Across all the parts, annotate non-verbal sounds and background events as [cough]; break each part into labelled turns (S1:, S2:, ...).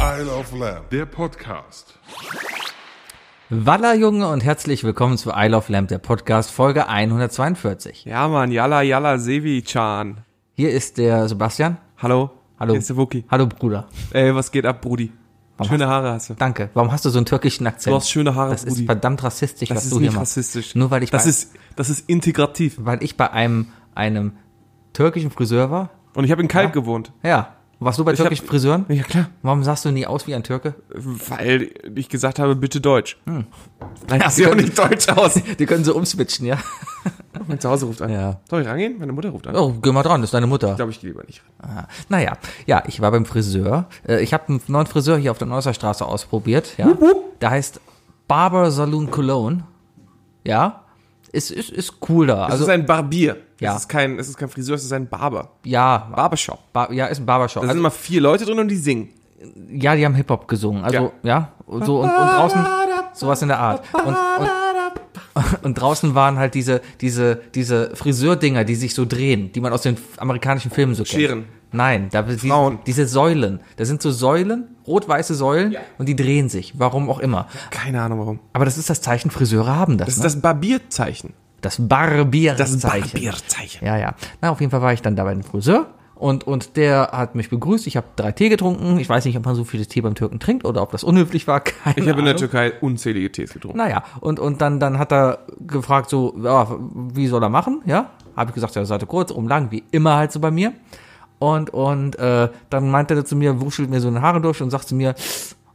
S1: Isle of Lamb.
S2: Der Podcast.
S3: Walla Junge und herzlich willkommen zu I Love Lamp, der Podcast Folge 142.
S4: Ja, Mann, Yalla Yalla Sevi-Chan.
S3: Hier ist der Sebastian.
S4: Hallo.
S3: Hallo.
S4: Hier ist der Wookie.
S3: Hallo Bruder.
S4: Ey, was geht ab, Brudi?
S3: Warum
S4: Schöne Haare hast du.
S3: Danke. Warum hast du so einen türkischen Akzent?
S4: Du hast schöne Haare,
S3: Das ist
S4: Brudi.
S3: verdammt rassistisch,
S4: Das
S3: was
S4: ist
S3: du hier
S4: nicht
S3: machst.
S4: rassistisch.
S3: Nur weil ich
S4: das
S3: bei,
S4: ist Das ist integrativ.
S3: weil ich bei einem einem türkischen Friseur war.
S4: Und ich habe in Kalk gewohnt.
S3: Ja. Warst du bei
S4: hab-
S3: türkischen Friseuren?
S4: Ja, klar.
S3: Warum sahst du nie aus wie ein Türke?
S4: Weil ich gesagt habe, bitte Deutsch. Nein,
S3: [laughs] Ja,
S4: ich sehe auch
S3: können-
S4: nicht
S3: [laughs]
S4: deutsch aus.
S3: Die können so umswitchen, ja?
S4: Mein Zuhause ruft an.
S3: Ja.
S4: Soll ich rangehen? Meine Mutter ruft an.
S3: Oh, geh mal dran, das ist deine Mutter.
S4: Ich glaube, ich gehe lieber nicht ran.
S3: Ah, naja, ja, ich war beim Friseur. Äh, Ich habe einen neuen Friseur hier auf der Neusserstraße ausprobiert. Ja. Der heißt Barber Saloon Cologne. Ja. Ist, ist, ist cool da.
S4: Es
S3: Also,
S4: ist ein Barbier.
S3: Ja.
S4: Es ist kein, es ist kein Friseur, es ist ein Barber.
S3: ja,
S4: Barbershop.
S3: Bar ja, ist ein Barbershop.
S4: Da sind
S3: Also,
S4: immer vier Leute drin und die singen.
S3: ja, die haben Hip-Hop gesungen. Also, ja, und so und, und draußen sowas in der Art. Und, und, und draußen waren halt diese, diese, diese Friseurdinger, die sich so drehen, die man aus den amerikanischen Filmen so kennt.
S4: Scheren.
S3: Nein, da die,
S4: Frauen.
S3: diese Säulen. Da sind so Säulen, rot-weiße Säulen, und die drehen sich, warum auch immer.
S4: Keine Ahnung warum.
S3: Aber das ist das Zeichen, Friseure haben das.
S4: Das
S3: ne?
S4: ist das Barbierzeichen.
S3: das Barbier.
S4: Das Barbierzeichen.
S3: Ja, ja. Na, auf jeden Fall war ich dann da bei dem Friseur. Und, und der hat mich begrüßt. Ich habe drei Tee getrunken. Ich weiß nicht, ob man so viel Tee beim Türken trinkt oder ob das unhöflich war. Keine
S4: Ich habe in
S3: Ahnung.
S4: der Türkei unzählige Tees getrunken.
S3: Naja, und, und dann, dann hat er gefragt, so, ja, wie soll er machen? Ja, habe ich gesagt, ja, Seite kurz, um lang, wie immer halt so bei mir. Und, und äh, dann meinte er zu mir, wuschelt mir so eine Haare durch und sagt zu mir,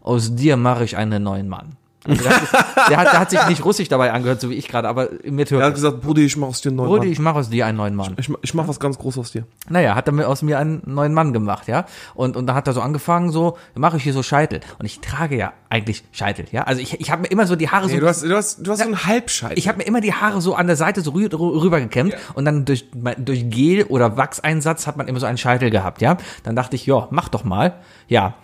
S3: aus dir mache ich einen neuen Mann. Also das ist, der, hat, der hat sich nicht russisch dabei angehört, so wie ich gerade, aber mir
S4: Er hat
S3: Türkisch.
S4: gesagt, Brudi, ich mach aus dir einen neuen
S3: Rudi,
S4: Mann.
S3: ich mache aus dir einen neuen Mann.
S4: Ich, ma- ich mach was ganz Großes aus dir.
S3: Naja, hat er mir aus mir einen neuen Mann gemacht, ja. Und, und dann hat er so angefangen, so, mache ich hier so Scheitel. Und ich trage ja eigentlich Scheitel, ja. Also ich, ich habe mir immer so die Haare so
S4: du hast, du hast, du hast so einen Halbscheitel.
S3: ich habe mir immer die Haare so an der Seite so rü rü- rübergekämmt und dann durch, durch Gel oder Wachseinsatz hat man immer so einen Scheitel gehabt, ja. Dann dachte ich, ja, mach doch mal. Ja,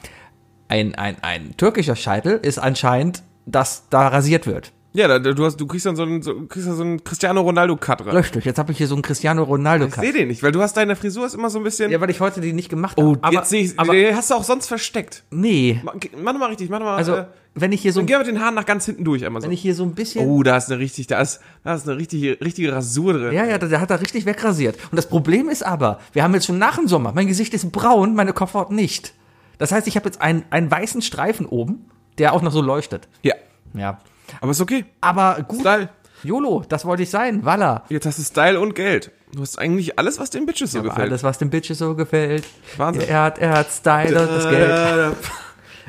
S3: ein, ein, ein türkischer Scheitel ist anscheinend, dass da rasiert wird.
S4: ja, da, du, hast, du kriegst dann so einen, so, kriegst dann so einen Cristiano Ronaldo-Cut rein.
S3: Richtig, jetzt habe ich hier so einen Cristiano ronaldo
S4: Ich sehe den nicht, weil du hast deine Frisur ist immer so ein bisschen.
S3: Ja, weil ich heute die nicht gemacht habe.
S4: oh, jetzt sehe ich.
S3: aber
S4: Den hast du auch sonst versteckt.
S3: nee.
S4: Ma- ge- Mach doch mal richtig, mach doch mal.
S3: Also,
S4: äh,
S3: wenn ich hier so,
S4: und geh mit den Haaren nach ganz hinten durch einmal so.
S3: wenn ich hier so ein bisschen
S4: oh, da ist eine richtig, da ist, da ist eine richtige, richtige Rasur drin.
S3: Ja, ja, der hat da richtig wegrasiert. Und das Problem ist aber, wir haben jetzt schon nach dem Sommer, mein Gesicht ist braun, meine Kopfhaut nicht. Das heißt, ich habe jetzt einen, einen weißen Streifen oben, der auch noch so leuchtet.
S4: ja.
S3: Ja.
S4: Aber ist okay.
S3: Aber gut,
S4: Style.
S3: YOLO, das wollte ich sein, Walla.
S4: Jetzt hast du Style und Geld. Du hast eigentlich alles, was den Bitches so gefällt.
S3: Alles, was dem Bitches so gefällt.
S4: Wahnsinn.
S3: Er hat, er hat Style und das
S4: Äh,
S3: Geld.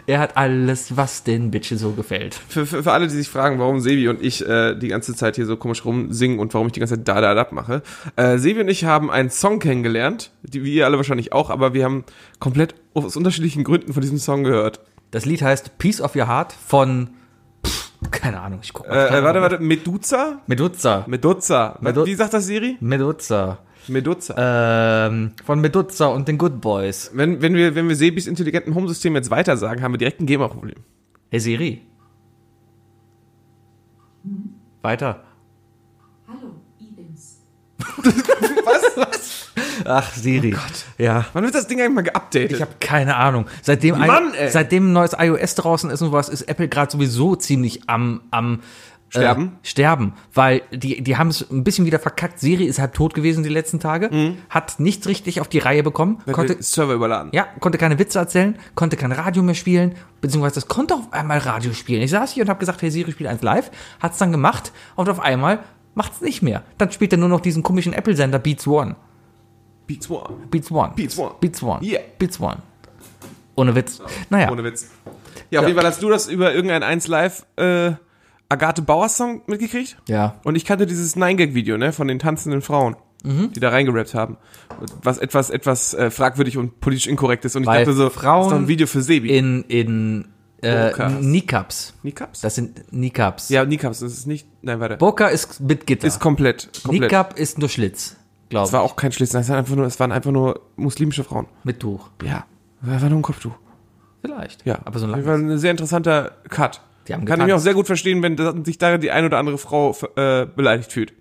S3: Er hat alles, was den Bitches so gefällt.
S4: Für, für, für alle, die sich fragen, warum Sebi und ich äh, die ganze Zeit hier so komisch rumsingen und warum ich die ganze Zeit da da da mache. Äh, Sebi und ich haben einen Song kennengelernt, die, wie ihr alle wahrscheinlich auch, aber wir haben komplett aus unterschiedlichen Gründen von diesem Song gehört.
S3: Das Lied heißt Peace of Your Heart von, pff, keine Ahnung, ich guck
S4: Äh, äh, warte, warte, Meduza?
S3: Meduza.
S4: Meduza.
S3: Medu-
S4: wie sagt das Siri?
S3: Meduza.
S4: Meduza.
S3: Ähm, von Meduza und den Good Boys.
S4: Wenn, wenn, wir, wenn wir Sebis intelligentem Home-System jetzt weiter sagen, haben wir direkt ein GEMA-Problem.
S3: Hey Siri. Weiter.
S5: Hallo, Idens.
S3: Ach, Siri. Ja.
S4: Wann wird das Ding eigentlich mal geupdatet?
S3: Oh Ich habe keine Ahnung. Seitdem, i-
S4: Mann, ey.
S3: seitdem ein neues iOS draußen ist und was, ist Apple gerade sowieso ziemlich am, am äh,
S4: Sterben?
S3: sterben. Weil die, die haben es ein bisschen wieder verkackt. Siri ist halb tot gewesen die letzten Tage, hat nichts richtig auf die Reihe bekommen, konnte,
S4: den Server überladen.
S3: ja, konnte keine Witze erzählen, konnte kein Radio mehr spielen, beziehungsweise das konnte auf einmal Radio spielen. Ich saß hier und habe gesagt, hey Siri, spiel eins live, hat's dann gemacht und auf einmal macht's nicht mehr. Dann spielt er nur noch diesen komischen Apple-Sender Beats One.
S4: Beats One.
S3: Beats One.
S4: Beats One.
S3: Beats One.
S4: Yeah.
S3: Beats One. Ohne Witz. Naja.
S4: Ohne Witz. Ja, auf jeden Fall hast du das über irgendein 1 Live äh, Agathe Bauer Song mitgekriegt?
S3: Ja.
S4: Und ich kannte dieses Nine Gag Video, ne, von den tanzenden Frauen,
S3: Mhm.
S4: die da reingerappt haben. Was etwas etwas äh, fragwürdig und politisch inkorrekt ist und ich
S3: Weil
S4: dachte so, das
S3: Frauen
S4: ist doch ein Video für Sebi.
S3: In, in äh,
S4: Bokas.
S3: Kneecaps.
S4: Nicaps?
S3: Das sind Kneecaps.
S4: Ja, Nicaps, das ist nicht. Nein, warte.
S3: Boca ist mit Gitter.
S4: Ist komplett, komplett.
S3: Kneecap ist nur Schlitz,
S4: Es war
S3: glaube
S4: auch kein Schlitz, es waren einfach nur es waren einfach nur muslimische Frauen.
S3: ich. Mit Tuch.
S4: Ja. War war nur ein Kopftuch.
S3: Vielleicht.
S4: Ja.
S3: Aber so ein
S4: Das
S3: langes.
S4: war ein sehr interessanter Cut.
S3: Die haben
S4: Kann ich
S3: getanzt.
S4: mir auch sehr gut verstehen, wenn da- sich da die eine oder andere Frau äh, beleidigt fühlt.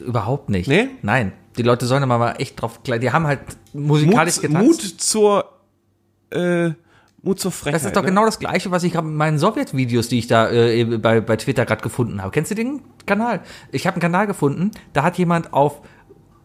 S3: Überhaupt nicht.
S4: Nee?
S3: Nein. Die Leute sollen aber mal echt drauf klar. Die haben halt musikalisch
S4: Mut,
S3: getanzt.
S4: Mut zur äh, Mut zur Frechheit.
S3: Das ist doch
S4: ne?
S3: genau das Gleiche, was ich gerade mit meinen Sowjet-Videos, die ich da äh, eben bei, bei Twitter gerade gefunden habe. Kennst du den Kanal? Ich habe einen Kanal gefunden, da hat jemand auf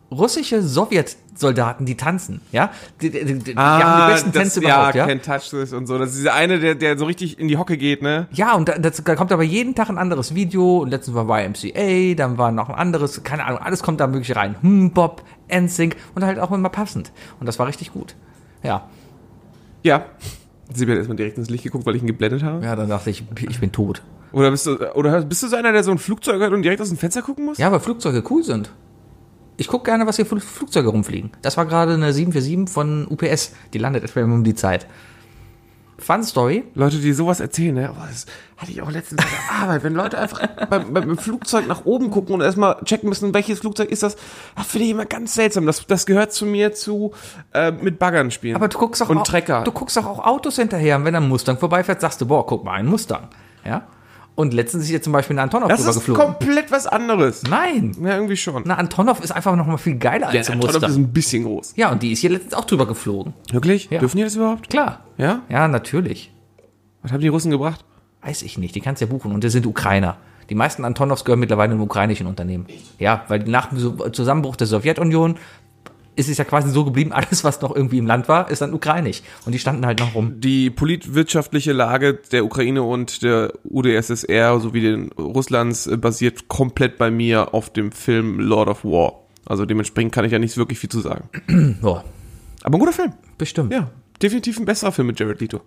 S3: russische Sowjetsoldaten, die tanzen, ja? Die, die, die, die haben die besten
S4: Ah, das-
S3: Tänze überhaupt, ja?
S4: Ken Touchless und so. Das ist dieser eine, der, der so richtig in die Hocke geht, ne?
S3: Ja, und da, das, da kommt aber jeden Tag ein anderes Video. Und letztens war YMCA, dann war noch ein anderes, keine Ahnung, alles kommt da möglich rein. Hm, Bob, NSYNC und halt auch immer passend. Und das war richtig gut. Ja,
S4: Ja. Sie hat erstmal direkt ins Licht geguckt, weil ich ihn geblendet habe.
S3: ja, dann dachte ich, ich bin tot.
S4: Oder bist du, oder bist du so einer, der so ein Flugzeug hört und direkt aus dem Fenster gucken muss?
S3: Ja, weil Flugzeuge cool sind. Ich gucke gerne, was hier für Flugzeuge rumfliegen. Das war gerade eine 747 von UPS. Die landet etwa um die Zeit. Fun Story.
S4: Leute, die sowas erzählen, ne? Oh, das hatte ich auch letztens bei
S3: [laughs]
S4: der Arbeit. Wenn Leute einfach beim, beim Flugzeug nach oben gucken und erstmal checken müssen, welches Flugzeug ist das, das finde ich immer ganz seltsam. Das, das gehört zu mir zu äh, mit Baggern spielen.
S3: Aber du guckst doch
S4: Und
S3: auch,
S4: Trecker.
S3: Du guckst doch auch Autos hinterher. Und wenn ein Mustang vorbeifährt, sagst du, boah, guck mal, ein Mustang. Ja? Und letztens ist hier zum Beispiel ein Antonov
S4: das
S3: drüber
S4: ist
S3: geflogen.
S4: komplett was anderes.
S3: Nein.
S4: Ja, irgendwie schon.
S3: Na, Antonov ist einfach noch mal viel geiler als ein
S4: Antonov ist
S3: Mustang.
S4: ein bisschen groß.
S3: Ja, und die ist hier letztens auch drüber geflogen.
S4: Wirklich?
S3: Ja.
S4: Dürfen die das überhaupt?
S3: Klar.
S4: Ja?
S3: Ja, natürlich.
S4: Was haben die Russen gebracht?
S3: Weiß ich nicht, die kannst du ja buchen. Und das sind Ukrainer. Die meisten Antonovs gehören mittlerweile einem ukrainischen Unternehmen. Ja, weil nach dem So- Zusammenbruch der Sowjetunion ist es ja quasi so geblieben, [laughs] alles, was noch irgendwie im Land war, ist dann ukrainisch. Und die standen halt noch rum.
S4: Die politwirtschaftliche Lage der Ukraine und der UdSSR sowie den Russlands äh, basiert komplett bei mir auf dem Film Lord of War. Also dementsprechend kann ich ja nicht wirklich viel zu sagen.
S3: Hm, Ja,
S4: Aber ein guter Film.
S3: bestimmt.
S4: Ja, definitiv ein besserer Film mit Jared Leto.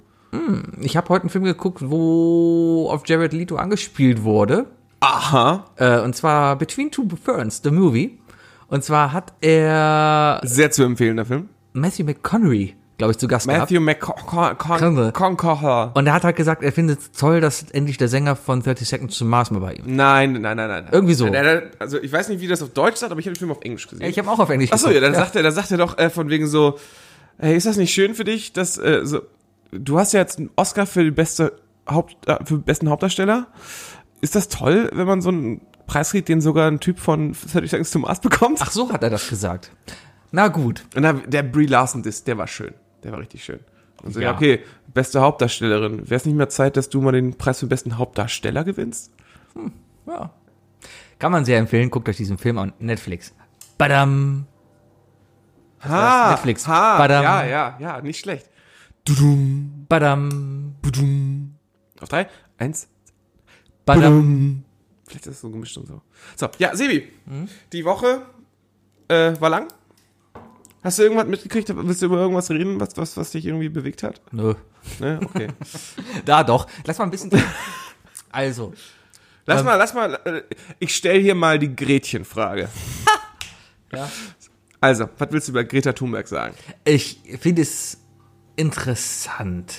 S3: Ich habe heute einen Film geguckt, wo auf Jared Leto angespielt wurde.
S4: Aha.
S3: Äh, und zwar Between Two Ferns, the movie. Und zwar hat er
S4: Sehr zu empfehlender Film.
S3: Matthew McConaughey, glaube ich, zu Gast gehabt.
S4: Matthew McConaughey.
S3: Und er hat halt gesagt, er findet es toll, dass endlich der Sänger von 30 Seconds to Mars mal bei ihm
S4: Nein, nein, nein, nein, nein.
S3: Irgendwie so.
S4: Nein, nein, nein. Also ich weiß nicht, wie das auf Deutsch sagt, aber ich habe den Film auf Englisch gesehen.
S3: Ja, Ich habe auch auf Englisch
S4: Achso, ja,
S3: geguckt.
S4: dann sagt er, dann sagt er doch äh, von wegen so, hey, ist das nicht schön für dich, dass äh, so, du hast ja jetzt einen Oscar für die beste Haupt, äh, für den besten Hauptdarsteller. Ist das toll, wenn man so einen Preis kriegt, den sogar ein Typ von 30 Seconds to Mars [laughs] bekommt?
S3: Ach so hat er das gesagt. Na gut.
S4: Und dann, der Brie Larson ist, der war schön, der war richtig schön. Und so,
S3: Ja.
S4: ja. okay, beste Hauptdarstellerin. Wäre es nicht mehr Zeit, dass du mal den Preis für den besten Hauptdarsteller gewinnst?
S3: Ja. Kann man sehr empfehlen, guckt euch diesen Film an. Netflix. Badam.
S4: Ha,
S3: Netflix.
S4: Ha,
S3: Badam.
S4: ja, ja, ja, nicht schlecht. Dudum,
S3: Badam.
S4: budum. Auf drei, eins,
S3: Badam.
S4: Vielleicht ist es so gemischt und so. So, ja, Sebi,
S3: Hm?
S4: die Woche äh, war lang. Hast du irgendwas mitgekriegt? Willst du über irgendwas reden, was, was, was dich irgendwie bewegt hat?
S3: Nö.
S4: Ne?
S3: [laughs]
S4: Okay.
S3: Da doch. Lass mal ein
S4: [laughs]
S3: bisschen. also.
S4: Lass mal, lass mal. Äh, ich stell hier mal die Gretchen-Frage.
S3: [laughs] Ja.
S4: Also, was willst du über Greta Thunberg sagen?
S3: Ich finde es interessant.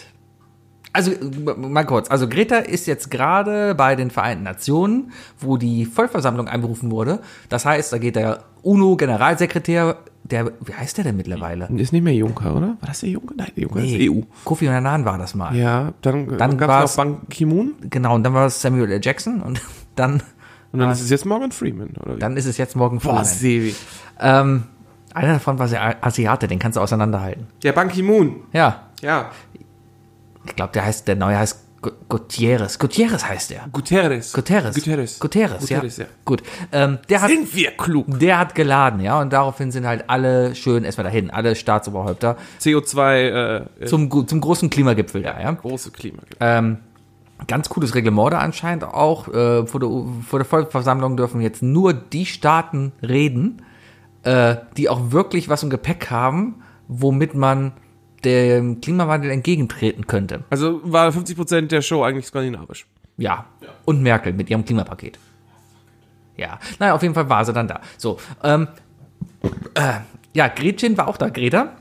S3: Also, m- mal kurz. Also, Greta ist jetzt gerade bei den Vereinten Nationen, wo die Vollversammlung einberufen wurde. Das heißt, da geht der UNO-Generalsekretär, der, wie heißt der denn mittlerweile?
S4: Ist nicht mehr Juncker, oder? War das der Juncker? Nein, der Juncker ist E EU.
S3: Kofi Annan war das mal.
S4: Ja, dann,
S3: Dann
S4: dann gab
S3: war's-
S4: es noch Ban Ki-moon
S3: Genau, und dann war es Samuel L. Jackson und [laughs] dann,
S4: und dann ist es jetzt Morgan Freeman, oder wie?
S3: Ah. dann ist es jetzt morgen früh.
S4: Boah, Sebi.
S3: Ähm, einer davon war der Asiate, den kannst du auseinanderhalten.
S4: Der Ban Ki-moon,
S3: Ja,
S4: ja.
S3: ich glaube, der heißt, der neue heißt Gu- Gutierrez. Gutierrez heißt der.
S4: Guterres.
S3: Guterres.
S4: Guterres.
S3: Guterres,
S4: Guterres,
S3: ja.
S4: ja.
S3: Gut. Ähm, der, hat,
S4: Sind wir klug?
S3: der hat geladen, ja, und daraufhin sind halt alle schön erstmal dahin, alle Staatsoberhäupter
S4: CO2, äh, äh,
S3: zum, gu- zum großen Klimagipfel da, ja. Ähm,
S4: große Klima. genau.
S3: Äh. Ganz cooles Reglement da anscheinend auch. Äh, vor, der, U- vor der Volksversammlung dürfen jetzt nur die Staaten reden, äh, die auch wirklich was im Gepäck haben, womit man dem Klimawandel entgegentreten könnte.
S4: Also war 50% der Show eigentlich skandinavisch.
S3: Ja. Und Merkel mit ihrem Klimapaket. Ja. Naja, auf jeden Fall war sie dann da. So. Ähm, äh, ja, Gretchen war auch da, Greta.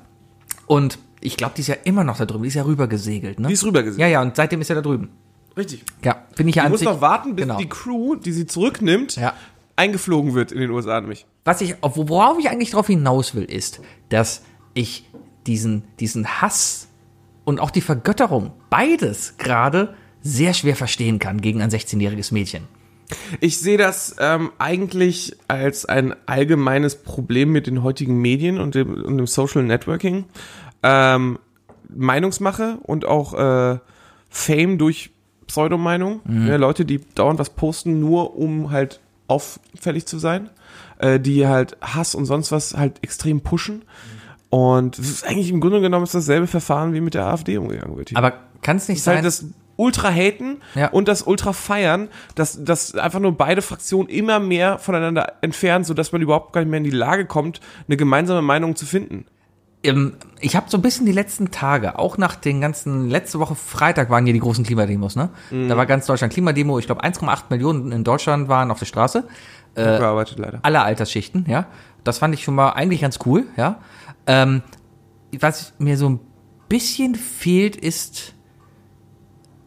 S3: Und ich glaube, die ist ja immer noch da drüben. Die ist ja rüber gesegelt, ne?
S4: Die ist rübergesehen.
S3: ja, ja, und seitdem ist er da drüben.
S4: Richtig.
S3: Ja, finde ich ja
S4: Du
S3: an
S4: musst
S3: sich-
S4: noch warten, bis
S3: genau.
S4: die Crew, die sie zurücknimmt,
S3: Ja.
S4: eingeflogen wird in den USA nämlich.
S3: was ich, auf- worauf ich eigentlich drauf hinaus will, ist, dass ich diesen, diesen Hass und auch die Vergötterung, beides gerade sehr schwer verstehen kann gegen ein 16-jähriges Mädchen.
S4: Ich sehe das ähm, eigentlich als ein allgemeines Problem mit den heutigen Medien und dem, und dem Social Networking. Ähm, Meinungsmache und auch äh, Fame durch Pseudomeinung. Ja, Leute, die dauernd was posten, nur um halt auffällig zu sein. Äh, die halt Hass und sonst was halt extrem pushen. Und das ist eigentlich im Grunde genommen ist dasselbe Verfahren, wie mit der AfD umgegangen wird. hier.
S3: Aber kann es nicht
S4: Das ist
S3: sein,
S4: halt das Ultra-Haten
S3: Ja.
S4: und das Ultra-Feiern, dass, dass einfach nur beide Fraktionen immer mehr voneinander entfernen, sodass man überhaupt gar nicht mehr in die Lage kommt, eine gemeinsame Meinung zu finden.
S3: ähm, ich habe so ein bisschen die letzten Tage, auch nach den ganzen, letzte Woche Freitag waren hier die großen Klimademos, ne? Da war ganz Deutschland Klimademo, ich glaube 1,8 Millionen in Deutschland waren auf der Straße. Äh,
S4: Überarbeitet leider.
S3: aller Altersschichten, ja. Das fand ich schon mal eigentlich ganz cool, ja. Ähm, was mir so ein bisschen fehlt, ist,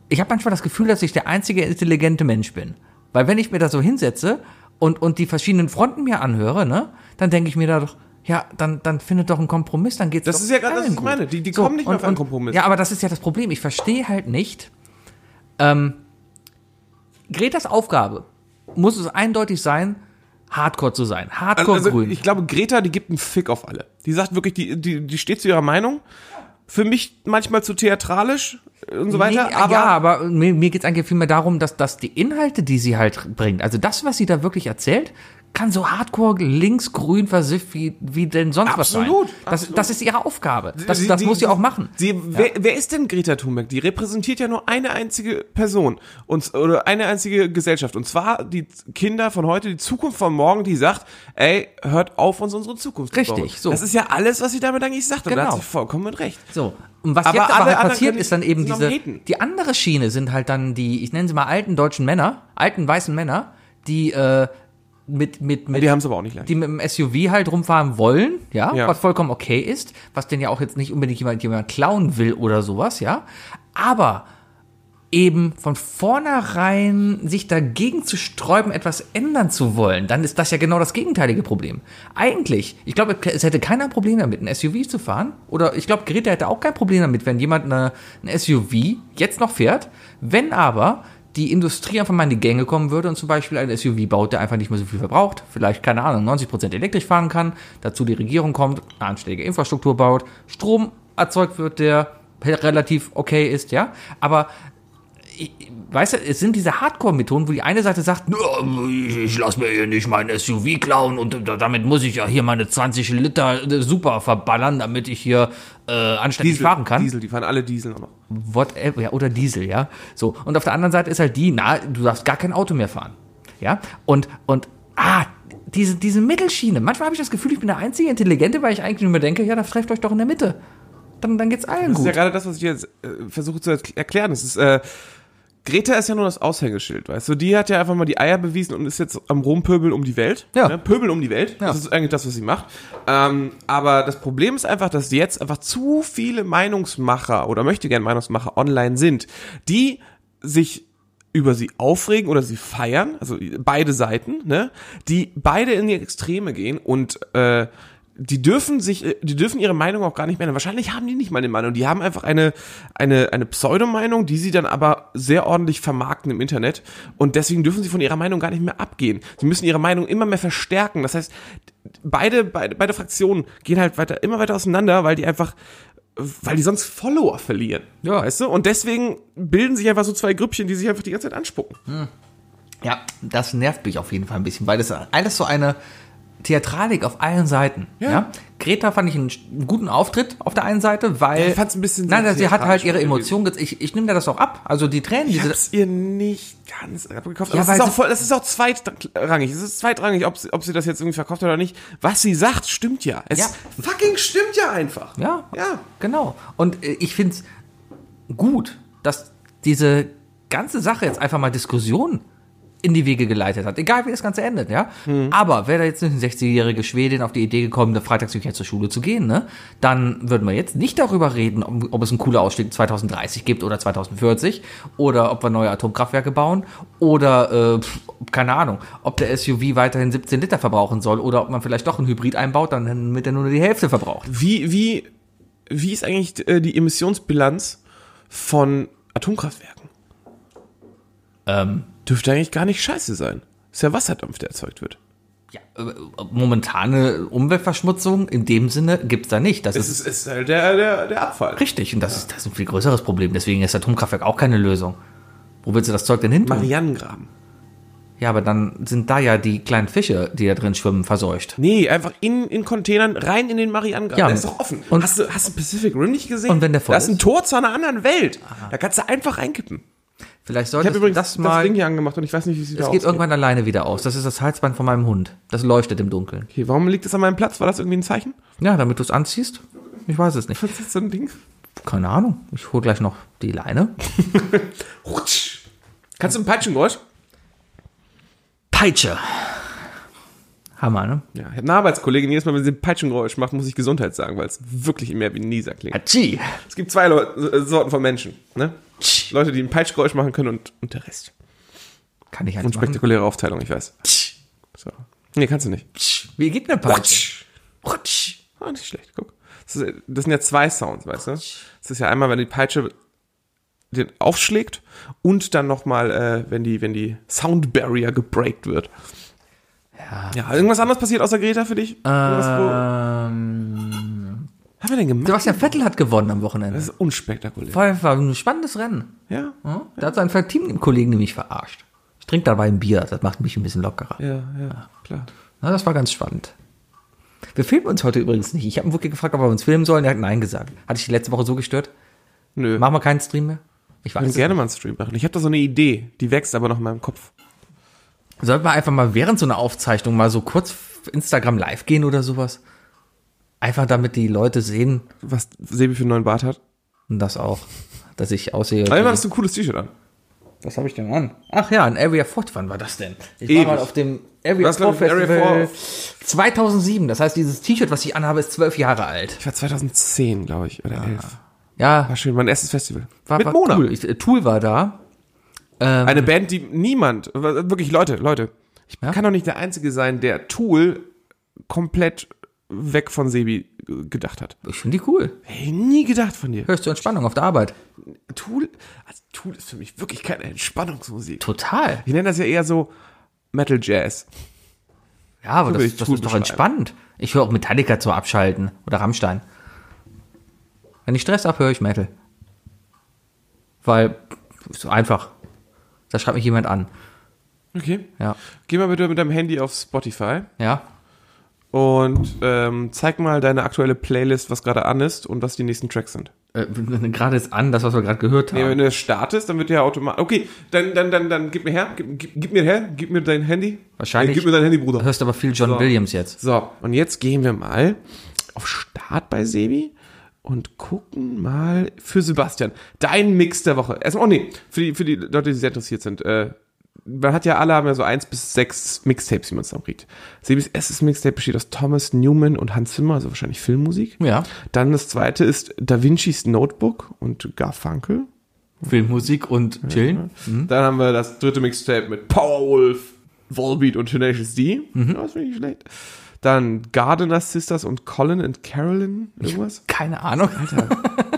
S3: ich habe manchmal das Gefühl, dass ich der einzige intelligente Mensch bin. Weil wenn ich mir da so hinsetze und, und die verschiedenen Fronten mir anhöre, ne, dann denke ich mir da doch, ja, dann, dann findet doch einen Kompromiss, dann geht's
S4: Das
S3: doch
S4: ist ja gerade das,
S3: allen
S4: was ich
S3: gut.
S4: meine. Die- die kommen nicht mehr auf einen Kompromiss.
S3: Ja, aber das ist ja das Problem. Ich verstehe halt nicht, ähm, Gretas Aufgabe muss es eindeutig sein, Hardcore zu sein. Hardcore
S4: Also,
S3: grün.
S4: ich glaube, Greta, die gibt einen Fick auf alle. Die sagt wirklich, die, die, die steht zu ihrer Meinung. Für mich manchmal zu theatralisch und so weiter,
S3: nee,
S4: aber
S3: ja, aber mir, mir geht es eigentlich vielmehr darum, dass, dass die Inhalte, die sie halt bringt, also das, was sie da wirklich erzählt, kann so hardcore linksgrün versifft wie, wie denn sonst
S4: Absolut,
S3: was sein. Das,
S4: absolut.
S3: das ist ihre Aufgabe. Das,
S4: Sie-
S3: das
S4: sie-
S3: muss sie auch machen.
S4: Sie, wer, wer ist denn Greta Thunberg? Die repräsentiert ja nur eine einzige Person und, oder eine einzige Gesellschaft. Und zwar die Kinder von heute, die Zukunft von morgen, die sagt, ey, hört auf, uns unsere Zukunft
S3: Richtig,
S4: zu bauen.
S3: so.
S4: Das ist ja alles, was sie damit eigentlich sagt. Und da
S3: Genau.
S4: hat sie vollkommen mit recht.
S3: So. Und was
S4: Aber
S3: jetzt aber
S4: alle
S3: halt
S4: anderen
S3: passiert,
S4: können
S3: ist dann eben
S4: noch
S3: diese,
S4: haten.
S3: die andere Schiene sind halt dann die, ich nenne sie mal alten deutschen Männer, alten weißen Männer, die, äh, mit, mit, mit,
S4: Die haben es aber auch nicht leicht.
S3: die mit dem SUV halt rumfahren wollen, ja,
S4: Ja.
S3: was vollkommen okay ist, was denn ja auch jetzt nicht unbedingt jemand, jemand klauen will oder sowas, ja, aber eben von vornherein sich dagegen zu sträuben, etwas ändern zu wollen, dann ist das ja genau das gegenteilige Problem. Eigentlich, ich glaube, es hätte keiner ein Problem damit, ein SUV zu fahren. Oder ich glaube, Greta hätte auch kein Problem damit, wenn jemand eine, ein SUV jetzt noch fährt. Wenn aber die Industrie einfach mal in die Gänge kommen würde und zum Beispiel ein SUV baut, der einfach nicht mehr so viel verbraucht, vielleicht, keine Ahnung, 90% elektrisch fahren kann, dazu die Regierung kommt, eine anständige Infrastruktur baut, Strom erzeugt wird, der relativ okay ist, ja. Aber weißt du, es sind diese Hardcore-Methoden, wo die eine Seite sagt, "Nö, ich, ich lasse mir hier nicht mein SUV klauen und da- damit muss ich ja hier meine 20 Liter äh, super verballern, damit ich hier äh, anständig fahren kann.
S4: Diesel, die fahren alle Diesel auch noch.
S3: Whatever, ja, oder Diesel, ja. So. Und auf der anderen Seite ist halt die, na, du darfst gar kein Auto mehr fahren. Ja. Und, und, ah, diese, diese Mittelschiene. Manchmal habe ich das Gefühl, ich bin der einzige Intelligente, weil ich eigentlich nur mir denke, ja, da trefft euch doch in der Mitte. Dann, dann geht's allen
S4: Das ist ja
S3: gut.
S4: gerade das, was ich jetzt äh, versuche zu erkl- erklären. Das ist, äh, Greta ist ja nur das Aushängeschild, weißt du? Die hat ja einfach mal die Eier bewiesen und ist jetzt am Rumpöbeln um die Welt.
S3: Ja.
S4: Ne? Pöbeln um die Welt.
S3: Ja.
S4: Das ist eigentlich das, was sie macht. Ähm, aber das Problem ist einfach, dass jetzt einfach zu viele Meinungsmacher oder möchte gern Meinungsmacher online sind, die sich über sie aufregen oder sie feiern, also beide Seiten, ne, die beide in die Extreme gehen und äh, die dürfen sich, äh, die dürfen ihre Meinung auch gar nicht mehr ändern. Wahrscheinlich haben die nicht mal eine Meinung. Die haben einfach eine, eine, eine Pseudomeinung, die sie dann aber sehr ordentlich vermarkten im Internet. Und deswegen dürfen sie von ihrer Meinung gar nicht mehr abgehen. Sie müssen ihre Meinung immer mehr verstärken. Das heißt, beide, beide, beide Fraktionen gehen halt weiter, immer weiter auseinander, weil die einfach, weil die sonst Follower verlieren.
S3: Ja.
S4: Weißt du? Und deswegen bilden sich einfach so zwei Grüppchen, die sich einfach die ganze Zeit anspucken.
S3: Ja, das nervt mich auf jeden Fall ein bisschen, weil das alles so eine Theatralik auf allen Seiten. Ja. Greta fand ich einen sch- guten Auftritt auf der einen Seite, weil.
S4: ich fand's ein bisschen
S3: Nein,
S4: sehr
S3: sie hat halt
S4: theatralisch
S3: ihre
S4: gewesen.
S3: Emotionen. gez- Ich, ich nehme dir das auch ab. Also die Tränen, die
S4: Ich
S3: sie.
S4: hab's ihr nicht ganz abgekauft.
S3: Ja,
S4: aber
S3: weil
S4: es ist
S3: sie-
S4: auch voll, das ist auch zweitrangig. Es ist zweitrangig, ob sie, ob sie das jetzt irgendwie verkauft hat oder nicht. Was sie sagt, stimmt ja. Es
S3: Ja.
S4: fucking stimmt ja einfach.
S3: Ja,
S4: Ja.
S3: genau. Und äh, ich finde es gut, dass diese ganze Sache jetzt einfach mal Diskussion in die Wege geleitet hat. Egal, wie das Ganze endet, ja.
S4: Hm.
S3: Aber wäre da jetzt nicht eine 60-jährige Schwedin auf die Idee gekommen, da freitags nicht mehr zur Schule zu gehen, ne? Dann würden wir jetzt nicht darüber reden, ob, ob es einen cooler Ausstieg 2030 gibt oder 2040 oder ob wir neue Atomkraftwerke bauen oder, äh, pf, keine Ahnung, ob der SUV weiterhin 17 Liter verbrauchen soll oder ob man vielleicht doch einen Hybrid einbaut, dann damit er nur die Hälfte verbraucht.
S4: Wie, wie, wie ist eigentlich äh, die Emissionsbilanz von Atomkraftwerken?
S3: Ähm,
S4: Ähm. Dürfte eigentlich gar nicht scheiße sein. Ist ja Wasserdampf, der erzeugt wird.
S3: ja, äh, momentane Umweltverschmutzung in dem Sinne gibt's da nicht. Das
S4: Es
S3: ist,
S4: ist, ist halt der, der, der Abfall.
S3: richtig und das ist, das ist ein viel größeres Problem. Deswegen ist Atomkraftwerk auch keine Lösung. Wo willst du das Zeug denn hin? tun?
S4: Marianengraben.
S3: Ja, aber dann sind da ja die kleinen Fische, die da drin schwimmen, verseucht.
S4: Nee, einfach in, in Containern, rein in den Marianengraben.
S3: Ja,
S4: der ist doch offen.
S3: und-
S4: hast, du, hast du Pacific Rim nicht gesehen?
S3: Und wenn der voll
S4: Das ist ein
S3: ist?
S4: Tor zu einer anderen Welt. Da kannst du einfach reinkippen.
S3: Vielleicht
S4: Ich
S3: sollte
S4: habe übrigens
S3: das
S4: das,
S3: mal.
S4: Ding hier angemacht und ich weiß nicht, wie es wieder
S3: es geht irgendwann alleine wieder aus. Das ist das Halsband von meinem Hund. Das leuchtet im Dunkeln.
S4: Okay, warum liegt das an meinem Platz? War das irgendwie ein Zeichen?
S3: Ja, damit du es anziehst? Ich weiß es nicht.
S4: Das ist so ein Ding.
S3: Keine Ahnung. Ich hole gleich noch die Leine.
S4: Rutsch. Kannst du ein Peitschengeräusch?
S3: Peitsche. Hammer, ne?
S4: Ja, ich habe eine Arbeitskollegin, jedes Mal, wenn sie ein Peitschengeräusch macht, muss ich Gesundheit sagen, weil es wirklich mehr wie ein Nieser klingt.
S3: Atschi.
S4: Es gibt zwei Leu- äh, Sorten von Menschen. Ne?
S3: Tsch.
S4: Leute, die ein Peitschgeräusch machen können und, und der Rest.
S3: Kann ich
S4: Und
S3: eins machen?
S4: spektakuläre Aufteilung, ich weiß.
S3: Tsch.
S4: So. Nee, kannst du nicht.
S3: Tsch. Wie geht eine Peitsche? Rutsch.
S4: Ah, nicht schlecht, guck. Das, ist, das sind ja zwei Sounds, weißt du? Das ist ja einmal, wenn die Peitsche den aufschlägt und dann nochmal, äh, wenn die, wenn die Sound Barrier gebreakt wird. Ja. ja. Irgendwas anderes passiert außer Greta für dich? Irgendwas, wo-
S3: Ähm,
S4: haben wir denn gemacht?
S3: Sebastian Vettel hat gewonnen am Wochenende.
S4: Das ist unspektakulär.
S3: War, war ein spannendes Rennen.
S4: Ja.
S3: Hm? Da hat sein Teamkollegen nämlich verarscht. Ich trinke dabei ein Bier, das macht mich ein bisschen lockerer.
S4: Ja,
S3: Ah.
S4: ja, klar.
S3: Na, das war ganz spannend. Wir filmen uns heute übrigens nicht. Ich habe ihn wirklich gefragt, ob wir uns filmen sollen. Er hat Nein gesagt. Hatte ich die letzte Woche so gestört?
S4: Nö.
S3: Machen wir keinen Stream mehr? Ich
S4: ich
S3: weiß
S4: würde
S3: es
S4: gerne mal einen Stream machen. Ich habe da so eine Idee, die wächst aber noch in meinem Kopf.
S3: nicht. Sollten wir einfach mal während so einer Aufzeichnung mal so kurz auf Instagram live gehen oder sowas? Einfach damit die Leute sehen
S4: Was Sebi für einen neuen Bart hat.
S3: und das auch, dass ich aussehe.
S4: Einmal hast du ein cooles T-Shirt an.
S3: Was habe ich denn an? Ach ja, ein Area 4, wann war das denn? Ich
S4: Ewig.
S3: war mal auf dem Area
S4: Was,
S3: 4
S4: glaub ich, Area
S3: Festival 2007. Das heißt, dieses T-Shirt, was ich anhabe, ist zwölf Jahre alt.
S4: Ich war 2010, glaube ich, oder 11.
S3: Ja,
S4: War schön, mein erstes Festival.
S3: war,
S4: Mit
S3: war
S4: Mona. Ähm.
S3: cool. Ich, äh, Tool war da.
S4: Eine Band, die niemand, wirklich Leute, Leute. Ich
S3: Ja?
S4: kann doch nicht der Einzige sein, der Tool komplett weg von Sebi äh, gedacht hat.
S3: Ich finde die cool.
S4: Hey, nie gedacht von dir.
S3: Hörst du Entspannung auf der Arbeit?
S4: Tool, also Tool ist für mich wirklich keine Entspannungsmusik.
S3: Total.
S4: Ich nenne das ja eher so Metal Jazz.
S3: Ja, aber
S4: würde
S3: das,
S4: ich
S3: das
S4: Tool
S3: ist doch
S4: beschreiben.
S3: entspannend. Ich höre auch Metallica zum Abschalten oder Rammstein. Wenn ich Stress habe, höre ich Metal. Weil, ist so einfach. Da schreibt mich jemand an.
S4: Okay.
S3: Ja.
S4: Geh mal bitte mit deinem Handy auf Spotify
S3: Ja.
S4: und ähm, zeig mal deine aktuelle Playlist, was gerade an ist und was die nächsten Tracks sind.
S3: Äh, [laughs] gerade ist an, das, was wir gerade gehört
S4: Nee,
S3: haben.
S4: wenn du das startest, dann wird ja automatisch. Okay, dann, dann, dann, dann gib mir her, gib, gib, gib mir her, gib mir dein Handy.
S3: Wahrscheinlich-
S4: Äh, Gib mir dein Handy, Bruder.
S3: Du hörst aber viel John
S4: So.
S3: Williams jetzt.
S4: So, und jetzt gehen wir mal auf Start bei Sebi und gucken mal für Sebastian. Dein Mix der Woche. Erstmal, oh nee, für die, für die Leute, die sehr interessiert sind. Äh, man hat ja alle haben ja so eins bis sechs Mixtapes, die man zusammenkriegt. Sebis erstes Mixtape besteht aus Thomas Newman und Hans Zimmer, also wahrscheinlich Filmmusik.
S3: Ja.
S4: Dann das zweite ist Da Vinci's Notebook und Garfunkel.
S3: Filmmusik und Chillen.
S4: Dann haben wir das dritte Mixtape mit Powerwolf, Volbeat und Tenacious D. Ja, Das finde ich nicht schlecht. Dann Gardener Sisters und Colin and Carolyn,
S3: [laughs]
S4: irgendwas.
S3: Keine Ahnung.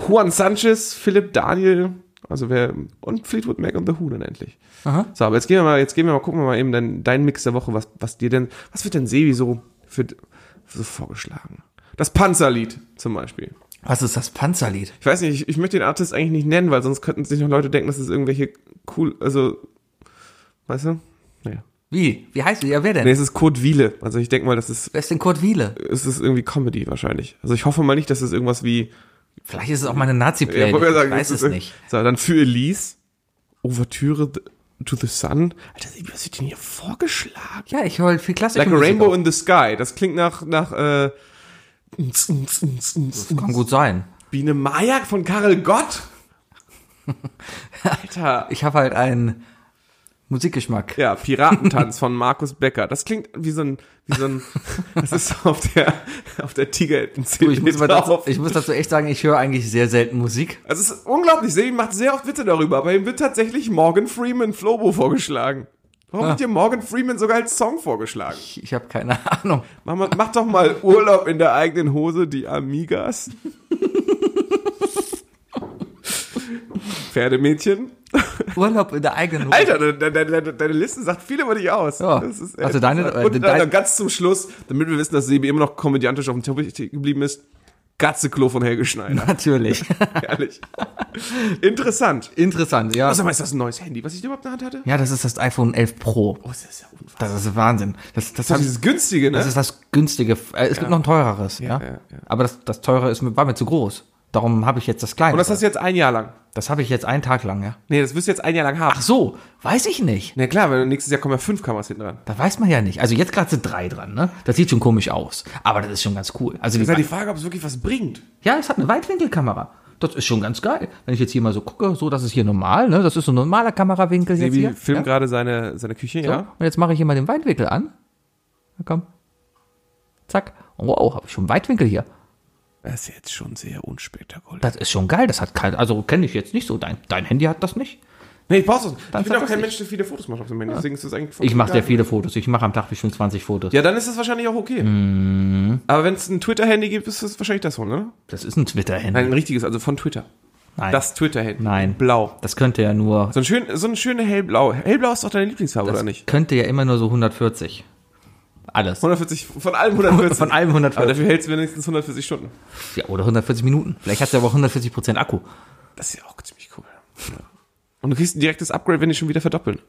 S4: Juan Sanchez, Philipp Daniel, also wer, und Fleetwood Mac und The Who dann endlich.
S3: Aha.
S4: So, aber jetzt gehen wir mal, jetzt gehen wir mal, gucken wir mal eben deinen dein Mix der Woche, was, was dir denn, was wird denn Sebi so für, so vorgeschlagen? Das Panzerlied zum Beispiel.
S3: [laughs] Was ist das Panzerlied?
S4: Ich weiß nicht, ich, ich möchte den Artist eigentlich nicht nennen, weil sonst könnten sich noch Leute denken, dass es irgendwelche cool, also, weißt du? Naja.
S3: Wie? Wie heißt es? Ja, wer denn?
S4: Nee, es ist Kurt Wiele. Also ich denke mal, das ist,
S3: Wer ist denn Kurt Wiele?
S4: es ist irgendwie Comedy wahrscheinlich. Also ich hoffe mal nicht, dass es irgendwas wie.
S3: Vielleicht ist es auch meine Nazi-Playlist.
S4: wollte
S3: ich
S4: ja sagen,
S3: weiß es
S4: ist- äh,
S3: nicht.
S4: So, dann für Elise. Ouvertüre to the Sun. Alter, was wird denn hier vorgeschlagen?
S3: Ja, ich höre halt viel klassische
S4: Like a
S3: Musik
S4: Rainbow
S3: auch.
S4: in the Sky. Das klingt nach, nach, äh, das
S3: Kann gut sein.
S4: Biene Majak von Karel Gott. Alter.
S3: [laughs] Ich habe halt einen Musikgeschmack.
S4: Ja, Piratentanz von Markus Becker. Das klingt wie so ein, wie
S3: [laughs]
S4: so ein, das ist auf der, auf der tiger
S3: Du, ich, muss aber dazu, ich muss dazu echt sagen, ich höre eigentlich sehr selten Musik.
S4: Also es ist unglaublich, Sebi macht sehr oft Witze darüber, aber ihm wird tatsächlich Morgan Freeman Flobo vorgeschlagen.
S3: Ah.
S4: Warum wird dir Morgan Freeman sogar als Song vorgeschlagen?
S3: Ich, ich habe keine Ahnung.
S4: Mach, mal, mach doch mal Urlaub in der eigenen Hose, die Amigas. [laughs]
S3: [laughs]
S4: Pferdemädchen.
S3: Urlaub in der eigenen Wohnung.
S4: Alter, de- de- de- de- deine Liste sagt viel über dich aus.
S3: Ja. Also deine-
S4: interessant. Und
S3: äh,
S4: dann
S3: dein-
S4: noch ganz zum Schluss, damit wir wissen, dass Sebi immer noch komödiantisch auf dem Teppich geblieben ist, Gatzeklo von Helge
S3: [laughs]
S4: Schneider.
S3: Natürlich.
S4: Ehrlich. [laughs] Interessant.
S3: Interessant, ja.
S4: Oh, Sag mal, ist das ein neues Handy, was ich überhaupt in der Hand hatte?
S3: Also, Ja, das ist das iPhone 11 Pro.
S4: Oh, ist das ja unfassbar.
S3: Das ist Wahnsinn. Das, das,
S4: Das ist
S3: ist,
S4: dieses günstige, ne?
S3: das ist das günstige. Äh, Es gibt noch ein teureres, ja.
S4: ja, ja.
S3: Aber das, das teure ist, mir- war mir zu groß. Darum habe ich jetzt das kleine.
S4: Und das hast du jetzt ein Jahr lang.
S3: das habe ich jetzt einen Tag lang, ja.
S4: Nee, das wirst du jetzt ein Jahr lang haben.
S3: Ach so, weiß ich nicht.
S4: Na klar, weil nächstes Jahr kommen ja fünf Kameras hinten dran.
S3: Da weiß man ja nicht. Also jetzt gerade sind drei dran, ne? Das sieht schon komisch aus. Aber das ist schon ganz cool. Also die,
S4: Das ist halt die Frage, ob es wirklich was bringt.
S3: ja, es hat eine Weitwinkelkamera. Das ist schon ganz geil. Wenn ich jetzt hier mal so gucke, so, das ist hier normal, ne? Das ist so ein normaler Kamerawinkel jetzt
S4: Sebi
S3: hier.
S4: filmt
S3: ja?
S4: gerade seine, seine Küche,
S3: So,
S4: ja?
S3: und jetzt mache ich hier mal den Weitwinkel an. Na komm. Zack. Oh, Wow, habe ich schon Weitwinkel hier.
S4: Das ist jetzt schon sehr unspektakulär.
S3: Das ist schon geil. Das hat kein, also kenne ich jetzt nicht so. Dein, dein Handy hat das nicht.
S4: Nee, ich brauch's nicht.
S3: Dann
S4: Ich bin
S3: sag
S4: auch
S3: das
S4: kein
S3: nicht.
S4: Mensch, der viele Fotos macht auf dem Handy. Deswegen ist das eigentlich voll
S3: Ich mache sehr
S4: egal.
S3: viele Fotos. Ich mache am Tag bestimmt 20 Fotos.
S4: Ja, dann ist das wahrscheinlich auch okay.
S3: Mhm.
S4: Aber wenn es ein Twitter-Handy gibt, ist es wahrscheinlich das, oder?
S3: Das ist ein Twitter-Handy.
S4: Nein, ein richtiges, also von Twitter.
S3: Nein.
S4: Das Twitter-Handy.
S3: Nein.
S4: Blau.
S3: das könnte ja nur,
S4: So ein, schön, so ein schöne hellblau. Hellblau ist doch deine Lieblingsfarbe,
S3: das
S4: oder nicht?
S3: könnte ja immer nur so 140. Alles.
S4: 140, von allem 140.
S3: Von allem
S4: Aber
S3: 140.
S4: dafür hältst du wenigstens 140 Stunden.
S3: Ja, oder 140 Minuten. Vielleicht hat er aber auch 140 Prozent Akku.
S4: Das ist ja auch ziemlich cool. Ja. Und du kriegst ein direktes Upgrade, wenn die schon wieder verdoppeln.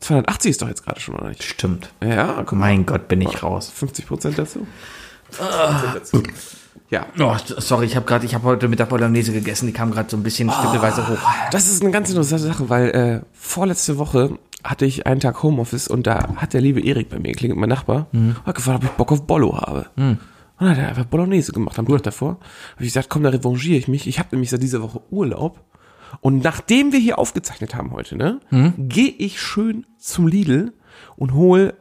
S4: 280 ist doch jetzt gerade schon, oder nicht?
S3: Stimmt.
S4: Ja, guck mal.
S3: Mein Gott, bin ich raus.
S4: 50 Prozent dazu. 50% dazu. Ja.
S3: Oh, sorry, ich habe gerade, ich habe heute Mittag Bolognese gegessen. Die kam gerade so ein
S4: Oh.
S3: bisschen stückweise hoch.
S4: Das ist eine ganz interessante Sache, weil äh, vorletzte Woche hatte ich einen Tag Homeoffice und da hat der liebe Erik bei mir geklingelt, mein Nachbar, und hat gefragt, ob ich Bock auf Bollo habe. Und dann hat er einfach Bolognese gemacht am Tag davor. Hab ich gesagt, komm, da revanchiere ich mich. Ich habe nämlich seit dieser Woche Urlaub. Und nachdem wir hier aufgezeichnet haben heute, ne, gehe ich schön zum Lidl und hol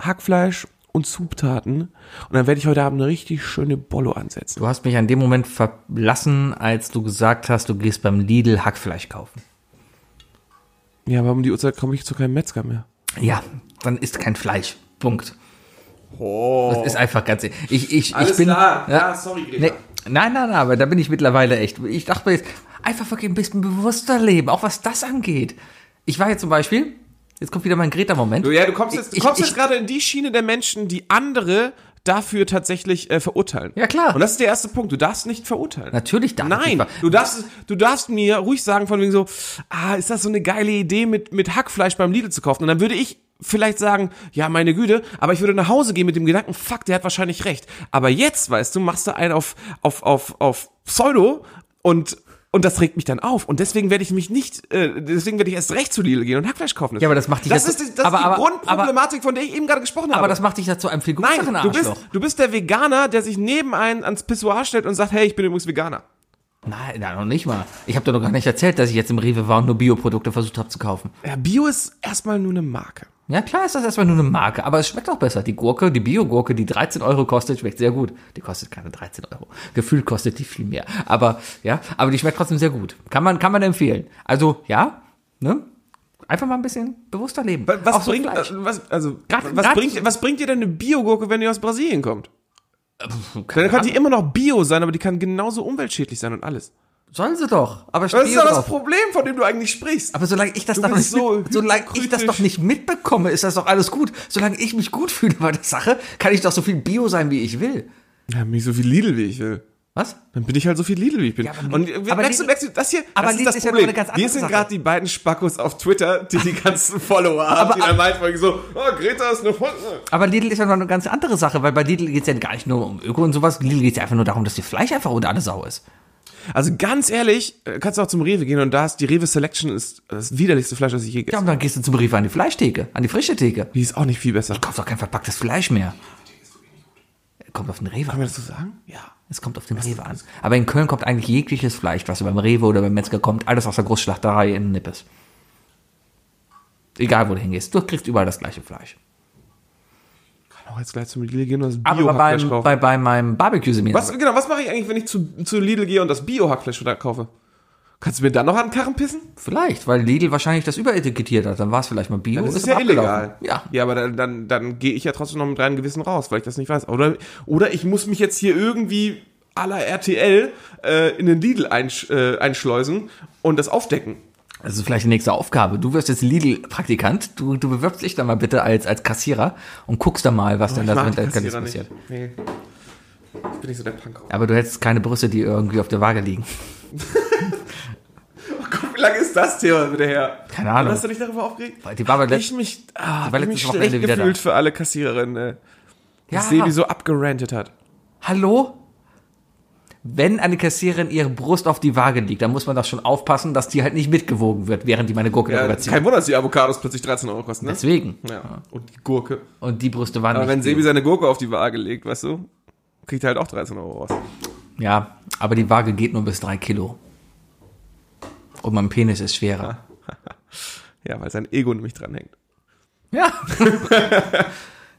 S4: Hackfleisch und Zutaten. Und dann werde ich heute Abend eine richtig schöne Bollo ansetzen.
S3: Du hast mich an dem Moment verlassen, als du gesagt hast, du gehst beim Lidl Hackfleisch kaufen.
S4: Ja, aber um die Uhrzeit komme ich zu keinem Metzger mehr.
S3: Ja, dann ist kein Fleisch. Punkt. Das ist einfach ganz. e- Ich, ich, ich
S4: Oh. Alles
S3: bin.
S4: klar. Ja, sorry,
S3: Nee,
S4: Greta.
S3: nein, nein, nein, aber da bin ich mittlerweile echt. Ich dachte mir jetzt, einfach wirklich ein bisschen bewusster leben, auch was das angeht. Ich war jetzt zum Beispiel, jetzt kommt wieder mein Greta-Moment.
S4: Du, ja, du kommst jetzt, du
S3: Ich-
S4: kommst
S3: ich-
S4: jetzt gerade in die Schiene der Menschen, die andere dafür tatsächlich äh, verurteilen.
S3: Ja, klar.
S4: Und das ist der erste Punkt. Du darfst nicht verurteilen.
S3: Natürlich darf ich nicht
S4: Nein,
S3: ver-
S4: du darfst, du darfst mir ruhig sagen von wegen so, ah, ist das so eine geile Idee, mit, mit Hackfleisch beim Lidl zu kaufen? Und dann würde ich vielleicht sagen, ja, meine Güte, aber ich würde nach Hause gehen mit dem Gedanken, fuck, der hat wahrscheinlich recht. Aber jetzt, weißt du, machst du einen auf, auf, auf, auf Pseudo und, und das regt mich dann auf. Und deswegen werde ich mich nicht, äh, deswegen werde ich erst recht zu Lidl gehen und Hackfleisch kaufen.
S3: Ja, aber das macht dich
S4: das
S3: jetzt-
S4: ist die, das
S3: aber-
S4: ist die
S3: aber-
S4: Grundproblematik, von der ich eben gerade gesprochen habe.
S3: aber das macht dich dazu einem viel größeren
S4: Nein, du bist,
S3: Arschloch.
S4: du bist der Veganer, der sich neben einen ans Pissoir stellt und sagt, hey, ich bin übrigens Veganer.
S3: Nein, nein, noch nicht mal. Ich habe dir noch gar nicht erzählt, dass ich jetzt im Rewe war und nur Bioprodukte versucht habe zu kaufen.
S4: Ja, Bio ist erstmal nur eine Marke.
S3: Ja, klar ist das erstmal nur eine Marke, aber es schmeckt auch besser. Die Gurke, die Bio-Gurke, die 13 Euro kostet, schmeckt sehr gut. Die kostet keine 13 Euro. Gefühlt kostet die viel mehr. Aber, ja, aber die schmeckt trotzdem sehr gut. Kann man, kann man empfehlen. Also, ja, ne? Einfach mal ein bisschen bewusster leben.
S4: Was,
S3: Auch
S4: was
S3: so
S4: bringt
S3: Fleisch.
S4: äh, was, also
S3: Grad-
S4: was
S3: grad-
S4: bringt was bringt dir denn eine Biogurke, wenn die aus Brasilien kommt? Dann kann die immer noch Bio sein, aber die kann genauso umweltschädlich sein und alles.
S3: Sollen sie doch. Aber
S4: Das ist
S3: stehe
S4: ja das
S3: drauf.
S4: Problem, von dem du eigentlich sprichst.
S3: Aber solange ich das
S4: Du
S3: doch nicht,
S4: bist so
S3: mit, solange ich das doch
S4: hyperkritisch.
S3: nicht mitbekomme, ist das doch alles gut. Solange ich mich gut fühle bei der Sache, kann ich doch so viel Bio sein, wie ich will.
S4: Ja, mich so viel Lidl wie ich will.
S3: Was?
S4: Dann bin ich halt so viel Lidl wie ich bin.
S3: Ja, aber
S4: und
S3: Lidl-
S4: wir,
S3: aber
S4: merkst du,
S3: Lidl-
S4: merkst du, das hier,
S3: aber
S4: das
S3: Lidl
S4: ist das
S3: ist ja
S4: Problem.
S3: noch eine ganz andere
S4: Wir sind
S3: Sache.
S4: gerade die beiden Spackos auf Twitter, die
S3: [laughs]
S4: die ganzen Follower haben,
S3: Aber-
S4: die dann meinen so, oh, Greta ist eine Hunde.
S3: Aber Lidl ist ja noch eine ganz andere Sache, weil bei Lidl geht's ja gar nicht nur um Öko und sowas. Lidl geht's ja einfach nur darum, dass die Fleisch einfach unter alle Sau ist.
S4: Also ganz ehrlich, äh, kannst du auch zum Rewe gehen und da ist die Rewe Selection ist das widerlichste Fleisch, das ich
S3: Ja,
S4: je gegessen
S3: und dann gehst du zum Rewe an die Fleischtheke, an die frische Theke.
S4: Die ist auch nicht viel besser.
S3: Kaufst doch kein verpacktes Fleisch mehr. Kommt auf den Rewe
S4: Kann man
S3: an.
S4: das so sagen? Ja.
S3: Es kommt auf den Rewe an. Aber in Köln kommt eigentlich jegliches Fleisch, was beim Rewe oder beim Metzger kommt, alles aus der Großschlachterei in Nippes. Egal, wo du hingehst. Du kriegst überall das gleiche Fleisch.
S4: Kann auch jetzt gleich zum Lidl gehen und das
S3: Aber bei,
S4: Bio-Hackfleisch
S3: beim,
S4: kaufen.
S3: bei, bei meinem Barbecue-Seminar.
S4: was, genau, was mache ich eigentlich, wenn ich zu, zu Lidl gehe und das Bio-Hackfleisch da kaufe? Kannst du mir dann noch an den Karren pissen?
S3: Vielleicht, weil Lidl wahrscheinlich das überetikettiert hat. Dann war es vielleicht mal Bio.
S4: Das ist,
S3: aber
S4: ja illegal.
S3: abgelaufen. Ja,
S4: ja, aber dann, dann, dann gehe ich ja trotzdem noch mit reinem Gewissen raus, weil ich das nicht weiß. Oder, oder ich muss mich jetzt hier irgendwie à la RTL äh, in den Lidl einsch, äh, einschleusen und das aufdecken.
S3: Das ist vielleicht die nächste Aufgabe. Du wirst jetzt Lidl-Praktikant. Du, du bewirbst dich da mal bitte als, als Kassierer und guckst da mal, was denn da so
S4: mag
S3: mit
S4: die
S3: der Kassierer
S4: Kassierer
S3: passiert.
S4: nicht. Nee. Ich bin nicht so der Punkrock.
S3: Aber du hättest keine Brüste, die irgendwie auf der Waage liegen.
S4: Oh Gott, wie lange ist das Thema wieder her?
S3: Keine Ahnung.
S4: Wann Hast du dich darüber aufgeregt?
S3: Die war aber
S4: Ich
S3: letzt-
S4: mich, ah,
S3: die war
S4: ich mich
S3: letztes
S4: schlecht
S3: Wochenende wieder da.
S4: gefühlt für alle Kassiererinnen. ey.
S3: Ja.
S4: Ich sehe, wie so abgerantet hat.
S3: Hallo? Wenn eine Kassiererin ihre Brust auf die Waage liegt, dann muss man das schon aufpassen, dass die halt nicht mitgewogen wird, während die meine Gurke
S4: Ja,
S3: darüber zieht.
S4: kein Wunder, dass die Avocados plötzlich 13 Euro kosten, ne?
S3: Deswegen.
S4: Ja. Und die Gurke.
S3: Und die Brüste waren
S4: Aber wenn
S3: nicht.
S4: Sebi seine Gurke auf die Waage legt, weißt du, kriegt er halt auch 13 Euro raus.
S3: ja, aber die Waage geht nur bis drei Kilo. Und mein Penis ist schwerer.
S4: Ah. Ja, weil sein Ego nämlich dranhängt.
S3: Ja. [laughs]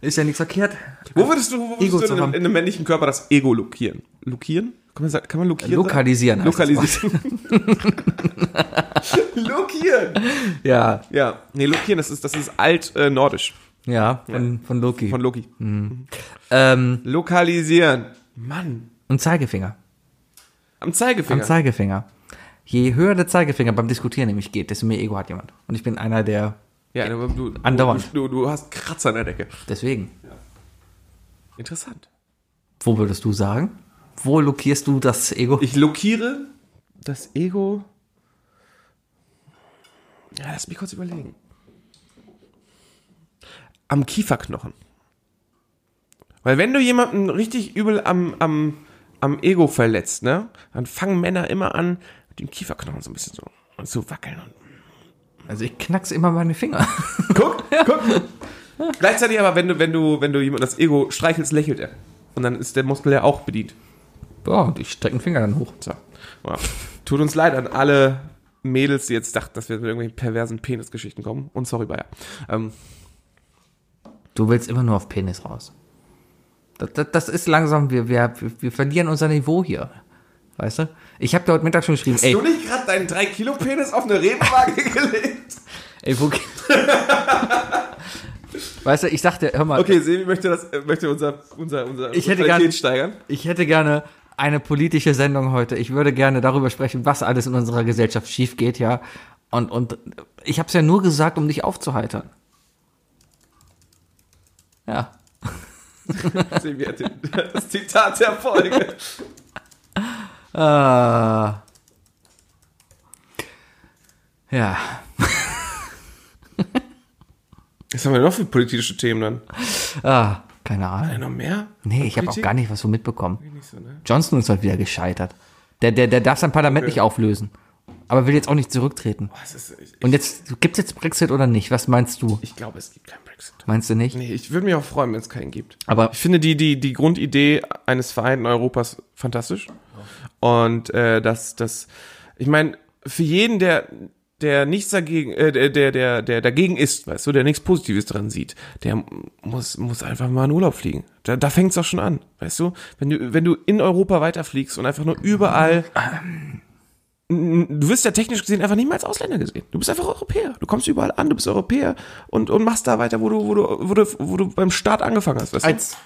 S3: ist ja nichts verkehrt.
S4: Wo würdest du, wo würdest
S3: Ego
S4: du in,
S3: zu
S4: einem,
S3: haben.
S4: in einem männlichen Körper das Ego lokieren? Lokieren? Kann man, sagen- kann man lokieren?
S3: Lokalisieren. heißt das Wort.
S4: Lokalisieren. [laughs] lokieren!
S3: Ja,
S4: Ja, nee, lokieren, das ist, das ist alt-nordisch
S3: ja, von, von Loki.
S4: von Loki.
S3: Hm. ähm,
S4: Lokalisieren. Mann.
S3: und Zeigefinger.
S4: Am Zeigefinger.
S3: Am Zeigefinger. Je höher der Zeigefinger beim Diskutieren nämlich geht, desto mehr Ego hat jemand. Und ich bin einer der
S4: ja, du, du,
S3: Andauernd.
S4: Du, du hast Kratzer an der Decke.
S3: deswegen.
S4: Interessant.
S3: Wo würdest du sagen? Wo lokierst du das Ego?
S4: Ich lokiere das Ego. Ja, lass mich kurz überlegen. Am Kieferknochen. Weil wenn du jemanden richtig übel am, am, am Ego verletzt, ne, dann fangen Männer immer an, mit dem Kieferknochen so ein bisschen so zu wackeln. Und
S3: Also ich knackse immer meine [laughs] Finger.
S4: [laughs] guck, guck. Gleichzeitig aber, wenn du, wenn du, wenn du jemanden das Ego streichelst, lächelt er. Und dann ist der Muskel ja auch bedient.
S3: Ja, und ich strecke den Finger dann hoch.
S4: So. Ja. [laughs] Tut uns leid an alle Mädels, die jetzt dachten, dass wir mit irgendwelchen perversen Penisgeschichten kommen. Und sorry, Bayer. Ähm,
S3: Du willst immer nur auf Penis raus. Das, das, das ist langsam, wir, wir, wir verlieren unser Niveau hier. Weißt du? Ich habe dir heute Mittag schon geschrieben, ey,
S4: nicht gerade deinen 3-Kilo-Penis auf eine [laughs] Rebenwaage gelegt?
S3: ey, [laughs] wo Weißt du, ich sagte, hör mal,
S4: Okay, Sebi möchte, das, äh, möchte unser, unser, unser
S3: Ich
S4: unsere
S3: hätte
S4: Qualität
S3: gern-
S4: steigern.
S3: ich hätte gerne eine politische Sendung heute. Ich würde gerne darüber sprechen, was alles in unserer Gesellschaft schief geht, ja. Und, und ich habe es ja nur gesagt, um dich aufzuheitern. Ja.
S4: Sebi hat den, [laughs] das Zitat der Folge.
S3: Ah. Ja.
S4: Was haben wir noch für politische Themen dann?
S3: Ah, keine Ahnung.
S4: Noch mehr?
S3: Nee, ich habe auch gar nicht was so mitbekommen.
S4: nicht so, ne?
S3: Johnson ist halt wieder gescheitert. Der, der, der darf sein Parlament nicht auflösen. Aber will jetzt auch nicht zurücktreten.
S4: Was Oh, ist, ich
S3: Und jetzt, gibt's jetzt Brexit oder nicht? Was meinst du?
S4: ich glaube, es gibt keinen Brexit.
S3: Meinst du nicht?
S4: Nee, ich würde mich auch freuen, wenn es keinen gibt.
S3: Aber-
S4: ich finde die, die, die Grundidee eines vereinten Europas fantastisch. Und äh, das, das, ich meine, für jeden, der der nichts dagegen, äh, der, der, der, der dagegen ist, weißt du, der nichts Positives dran sieht, der muss, muss einfach mal in Urlaub fliegen. Da, da fängt's auch schon an, weißt du? Wenn du, wenn du in Europa weiterfliegst und einfach nur überall du wirst ja technisch gesehen einfach nicht mehr als Ausländer gesehen. Du bist einfach Europäer. Du kommst überall an, du bist Europäer und, und machst da weiter, wo du, wo du, wo du, wo du beim Start angefangen hast. Weißt du?
S3: Als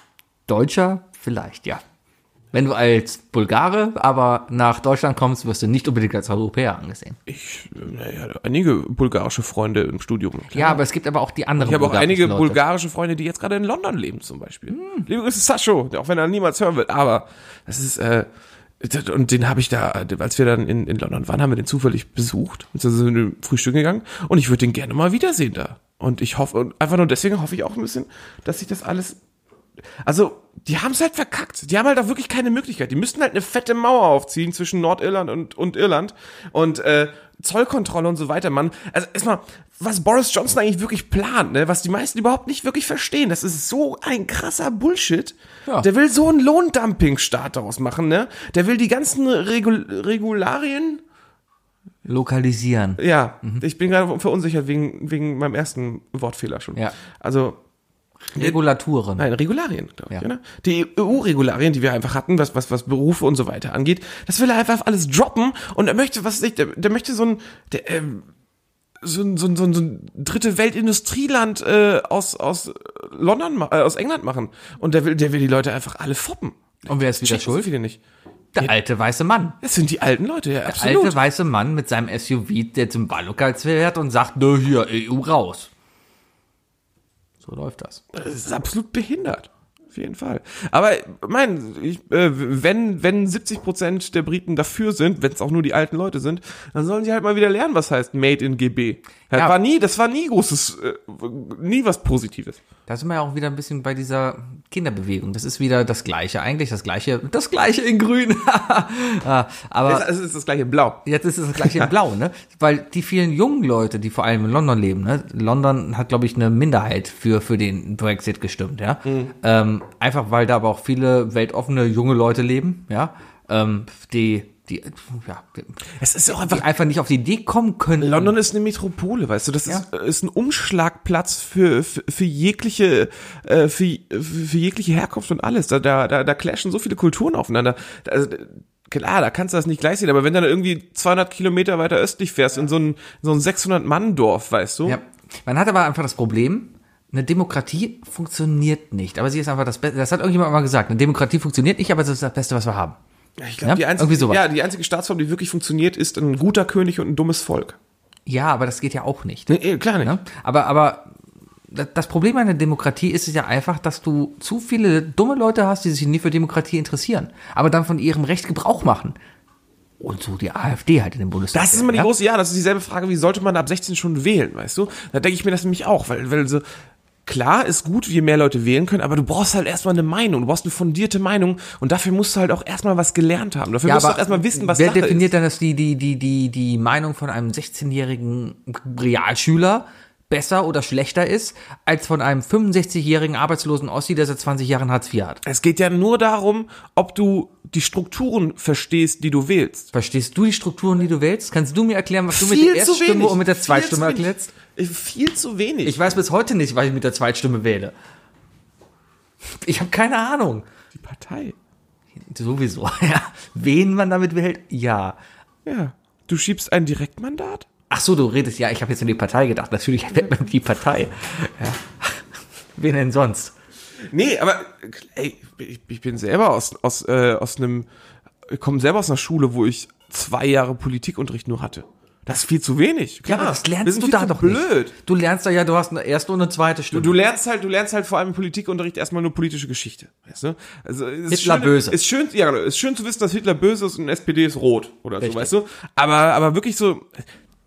S3: Deutscher vielleicht, ja. Wenn du als Bulgare aber nach Deutschland kommst, wirst du nicht unbedingt als Europäer angesehen.
S4: Ich, naja, einige bulgarische Freunde im Studium. Klar.
S3: Ja, aber es gibt aber auch die anderen
S4: Ich habe auch
S3: bulgarischen
S4: einige
S3: Leute.
S4: bulgarische Freunde, die jetzt gerade in London leben, zum Beispiel.
S3: Hm.
S4: Liebe Grüße, Sascho, auch wenn er niemals hören wird, aber das ist, äh, das- und den habe ich da, äh, als wir dann in, in London waren, haben wir den zufällig besucht, und sind wir Frühstück gegangen und ich würde den gerne mal wiedersehen da. Und ich hoffe, und einfach nur deswegen hoffe ich auch ein bisschen, dass sich das alles, also, die haben es halt verkackt. Die haben halt auch wirklich keine Möglichkeit. Die müssten halt eine fette Mauer aufziehen zwischen Nordirland und, und Irland und äh, Zollkontrolle und so weiter, Mann. Also erstmal, was Boris Johnson eigentlich wirklich plant, ne? was die meisten überhaupt nicht wirklich verstehen, das ist so ein krasser Bullshit.
S3: Ja.
S4: Der will so einen Lohndumping-Staat daraus machen, ne? Der will die ganzen Regul Regularien.
S3: Lokalisieren.
S4: Ja,
S3: Mhm.
S4: ich bin gerade verunsichert wegen, wegen meinem ersten Wortfehler schon.
S3: Ja.
S4: Also,
S3: Regulaturen.
S4: Nein, Regularien, glaube ich.
S3: Ja.
S4: Oder? Die EU-Regularien, die wir einfach hatten, was, was, was Berufe und so weiter angeht, das will er einfach alles droppen und er möchte, was weiß ich, der, der möchte so ein, der, ähm, so ein, so ein, so ein, so ein dritte Weltindustrieland äh, aus, aus London, ma- äh, aus England machen. Und der will, der will die Leute einfach alle foppen.
S3: Und wer ist wieder
S4: Checken so
S3: schuld?
S4: Viele nicht.
S3: Der alte weiße Mann.
S4: Das sind die alten Leute, ja,
S3: Der alte weiße Mann mit seinem SUV, der zum Ballokalz fährt und sagt, nö, hier, EU raus. So läuft das.
S4: Das ist absolut behindert. Auf jeden Fall. Aber mein, ich, äh, wenn, wenn 70% der Briten dafür sind, wenn es auch nur die alten Leute sind, dann sollen sie halt mal wieder lernen, was heißt Made in GB. Das
S3: Ja.
S4: war nie, das war nie großes, äh, nie was Positives.
S3: Da sind wir ja auch wieder ein bisschen bei dieser Kinderbewegung. Das ist wieder das Gleiche, eigentlich das Gleiche, das Gleiche in Grün. [laughs] Ah, Aber
S4: Es, es ist das gleiche Blau.
S3: Jetzt ist es das
S4: [laughs]
S3: gleiche in Blau, ne? Weil die vielen jungen Leute, die vor allem in London leben, ne? London hat, glaube ich, eine Minderheit für, für den Brexit gestimmt, ja?
S4: Mhm.
S3: Ähm, einfach weil da aber auch viele weltoffene junge Leute leben, ja? Ähm, die, die, ja, die
S4: Es ist auch einfach
S3: einfach nicht auf die Idee kommen können.
S4: London ist eine Metropole, weißt du, das ist, äh, ist ein Umschlagplatz für, für, für jegliche äh, für, für jegliche Herkunft und alles. Da da da, da clashen so viele Kulturen aufeinander. Da, also, klar, da kannst du das nicht gleich sehen, aber wenn du dann irgendwie 200 Kilometer weiter östlich fährst in so ein in so ein 600 Mann Dorf, weißt du?
S3: Ja. Man hat aber einfach das Problem, eine Demokratie funktioniert nicht. Aber sie ist einfach das Beste. Das hat irgendjemand mal gesagt. Eine Demokratie funktioniert nicht, aber es ist das Beste, was wir haben.
S4: Ich
S3: Ja,
S4: glaube, die einzige
S3: irgendwie sowas.
S4: ja, die einzige Staatsform, die wirklich funktioniert, ist ein guter König und ein dummes Volk.
S3: Ja, aber das geht ja auch nicht.
S4: Nee, eh, klar nicht.
S3: Ne? Aber, aber da- das Problem einer Demokratie ist es ja einfach, dass du zu viele dumme Leute hast, die sich nie für Demokratie interessieren, aber dann von ihrem Recht Gebrauch machen. Und so die AfD halt in den Bundestag.
S4: Das ist immer die
S3: ja?
S4: große, ja, das ist dieselbe Frage, wie sollte man ab 16 schon wählen, weißt du? Da denke ich mir das nämlich auch, weil, weil so, klar ist gut, je mehr Leute wählen können, aber du brauchst halt erstmal eine Meinung, du brauchst eine fundierte Meinung und dafür musst du halt auch erstmal was gelernt haben. Dafür
S3: Ja,
S4: musst du
S3: aber
S4: auch erstmal wissen, was
S3: wer
S4: Sache
S3: definiert
S4: ist.
S3: denn, dass die, die, die, die, die Meinung von einem 16-jährigen Realschüler besser oder schlechter ist, als von einem 65-jährigen arbeitslosen Ossi, der seit 20 Jahren Hartz IV hat?
S4: Es geht ja nur darum, ob du die Strukturen verstehst, die du wählst.
S3: Verstehst du die Strukturen, die du wählst? Kannst du mir erklären, was du mit
S4: Viel
S3: der
S4: zu
S3: Erststimme
S4: wenig,
S3: und mit der
S4: viel zu
S3: Zweitstimme
S4: wenig.
S3: erklärst?
S4: Ich- Viel zu wenig.
S3: Ich weiß bis heute nicht, was ich mit der Zweitstimme wähle. Ich habe keine Ahnung.
S4: die Partei.
S3: Sowieso, [laughs] ja. Wen man damit wählt, ja.
S4: Ja. Du schiebst ein Direktmandat?
S3: Ach so, du redest, ja, ich habe jetzt in die Partei gedacht. Natürlich [laughs] wählt man die Partei. Ja. [laughs] Wen denn sonst?
S4: Nee, aber ey, ich, ich bin selber aus, aus, äh, aus einem, ich komme selber aus einer Schule, wo ich zwei Jahre Politikunterricht nur hatte. Das ist viel zu wenig. Klar,
S3: aber das
S4: wir
S3: lernst
S4: sind
S3: du
S4: viel
S3: da
S4: zu
S3: doch
S4: blöd.
S3: nicht. Du lernst da ja, du hast eine erste und eine zweite Stimme.
S4: Du lernst halt, du lernst halt vor allem im Politikunterricht erstmal nur politische Geschichte. Weißt du? Also, es ist
S3: Hitler
S4: schön,
S3: böse.
S4: Ist schön, ja, genau, ist schön zu wissen, dass Hitler böse ist und SPD ist rot oder so,
S3: Richtig.
S4: weißt du? Aber, aber wirklich so,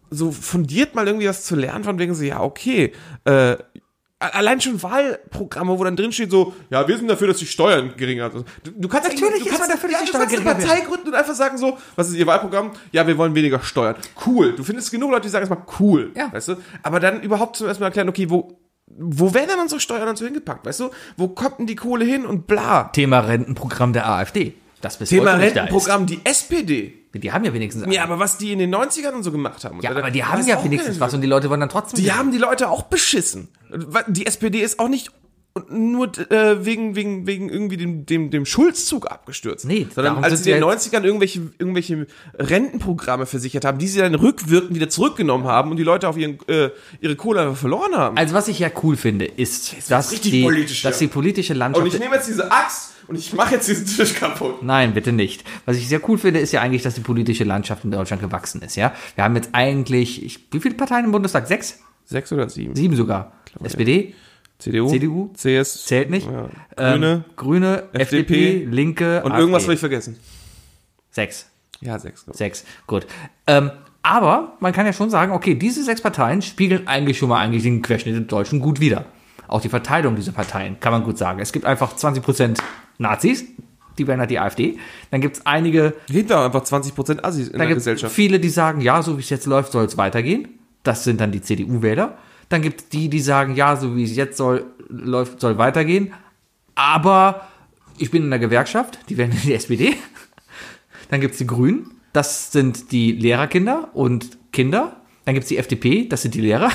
S4: so fundiert mal irgendwie was zu lernen, von wegen so, ja, okay, äh, a- allein schon Wahlprogramme, wo dann drin steht so, ja, wir sind dafür, dass die Steuern geringer sind. Du, du kannst
S3: Natürlich
S4: du
S3: ist man dafür, dass die
S4: ja,
S3: Steuern
S4: du kannst eine
S3: geringer werden.
S4: Partei gründen und einfach sagen so, was ist ihr Wahlprogramm? Ja, wir wollen weniger Steuern. Cool. Du findest genug Leute, die sagen erstmal cool,
S3: Ja.
S4: weißt du? Aber dann überhaupt zum ersten Mal erklären, okay, wo wo werden denn unsere Steuern dazu hingepackt, weißt du? Wo kommt denn die Kohle hin und bla?
S3: Thema Rentenprogramm der AfD. Das bis
S4: Thema
S3: heute nicht da ist.
S4: Rentenprogramm, die SPD.
S3: Die haben ja wenigstens.
S4: Ja, aber was die in den 90ern und so gemacht haben.
S3: ja,
S4: oder?
S3: aber die haben
S4: Was
S3: ja
S4: auch
S3: wenigstens
S4: nicht.
S3: was und die Leute wollen dann trotzdem.
S4: Die haben die Leute auch beschissen. Die SPD ist auch nicht nur äh, wegen, wegen, wegen irgendwie dem, dem, dem Schulzzug abgestürzt.
S3: Nee,
S4: sondern
S3: darum
S4: als
S3: sind halt
S4: sie in
S3: wir
S4: den 90ern irgendwelche, irgendwelche Rentenprogramme versichert haben, die sie dann rückwirkend wieder zurückgenommen haben und die Leute auf ihren, äh, ihre Kohle verloren haben.
S3: Also was ich ja cool finde, ist, dass
S4: richtig
S3: die,
S4: politisch,
S3: dass
S4: ja.
S3: die politische
S4: und
S3: Landschaft
S4: ich nehme jetzt diese Axt und ich mache jetzt diesen Tisch kaputt.
S3: Nein, bitte nicht. Was ich sehr cool finde, ist ja eigentlich, dass die politische Landschaft in Deutschland gewachsen ist, ja. Wir haben jetzt eigentlich, ich, wie viele Parteien im Bundestag? Sechs?
S4: Sechs oder sieben?
S3: Sieben sogar. SPD,
S4: CDU?
S3: CDU?
S4: CS?
S3: zählt nicht.
S4: Ja.
S3: Ähm,
S4: Grüne?
S3: Grüne,
S4: FDP,
S3: FDP, Linke
S4: und
S3: AfD.
S4: irgendwas habe ich vergessen.
S3: Sechs.
S4: Ja, sechs. glaub ich.
S3: Sechs, gut. Ähm, aber man kann ja schon sagen, okay, diese sechs Parteien spiegeln eigentlich schon mal eigentlich den Querschnitt der Deutschen gut wider. Auch die Verteilung dieser Parteien kann man gut sagen. Es gibt einfach 20% Nazis, die werden halt die AfD. Dann gibt es einige
S4: Gibt da einfach 20% Assis in
S3: Da
S4: der
S3: gibt es
S4: Gesellschaft.
S3: viele, die sagen, ja, so wie es jetzt läuft, soll es weitergehen. Das sind dann die CDU-Wähler. Dann gibt es die, die sagen, ja, so wie es jetzt soll, läuft, soll weitergehen. Aber ich bin in der Gewerkschaft, die werden in [laughs] die SPD. Dann gibt es die Grünen, das sind die Lehrerkinder und Kinder. Dann gibt es die FDP, das sind die Lehrer.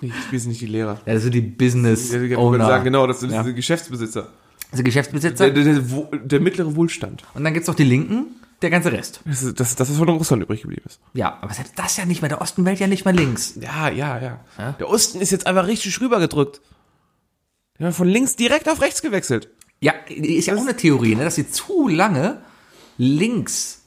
S4: Ich bin nicht die Lehrer.
S3: Ja, Das sind die
S4: Ich würde sagen,
S3: Business-Owner,
S4: genau, das sind
S3: Oh Ja.
S4: diese Geschäftsbesitzer.
S3: also Geschäftsbesitzer.
S4: Der, der, der, Wo- der mittlere Wohlstand.
S3: Und dann gibt es noch die Linken, der ganze Rest.
S4: Das ist das, das, was von Russland übrig geblieben ist.
S3: Ja, aber selbst das ja nicht mehr. Der Osten wählt ja nicht mehr links.
S4: Ja, ja, ja. Der Osten ist jetzt einfach richtig rübergedrückt. Die haben von links direkt auf rechts gewechselt.
S3: Ja, ist ja auch eine Theorie, ne, dass sie zu lange links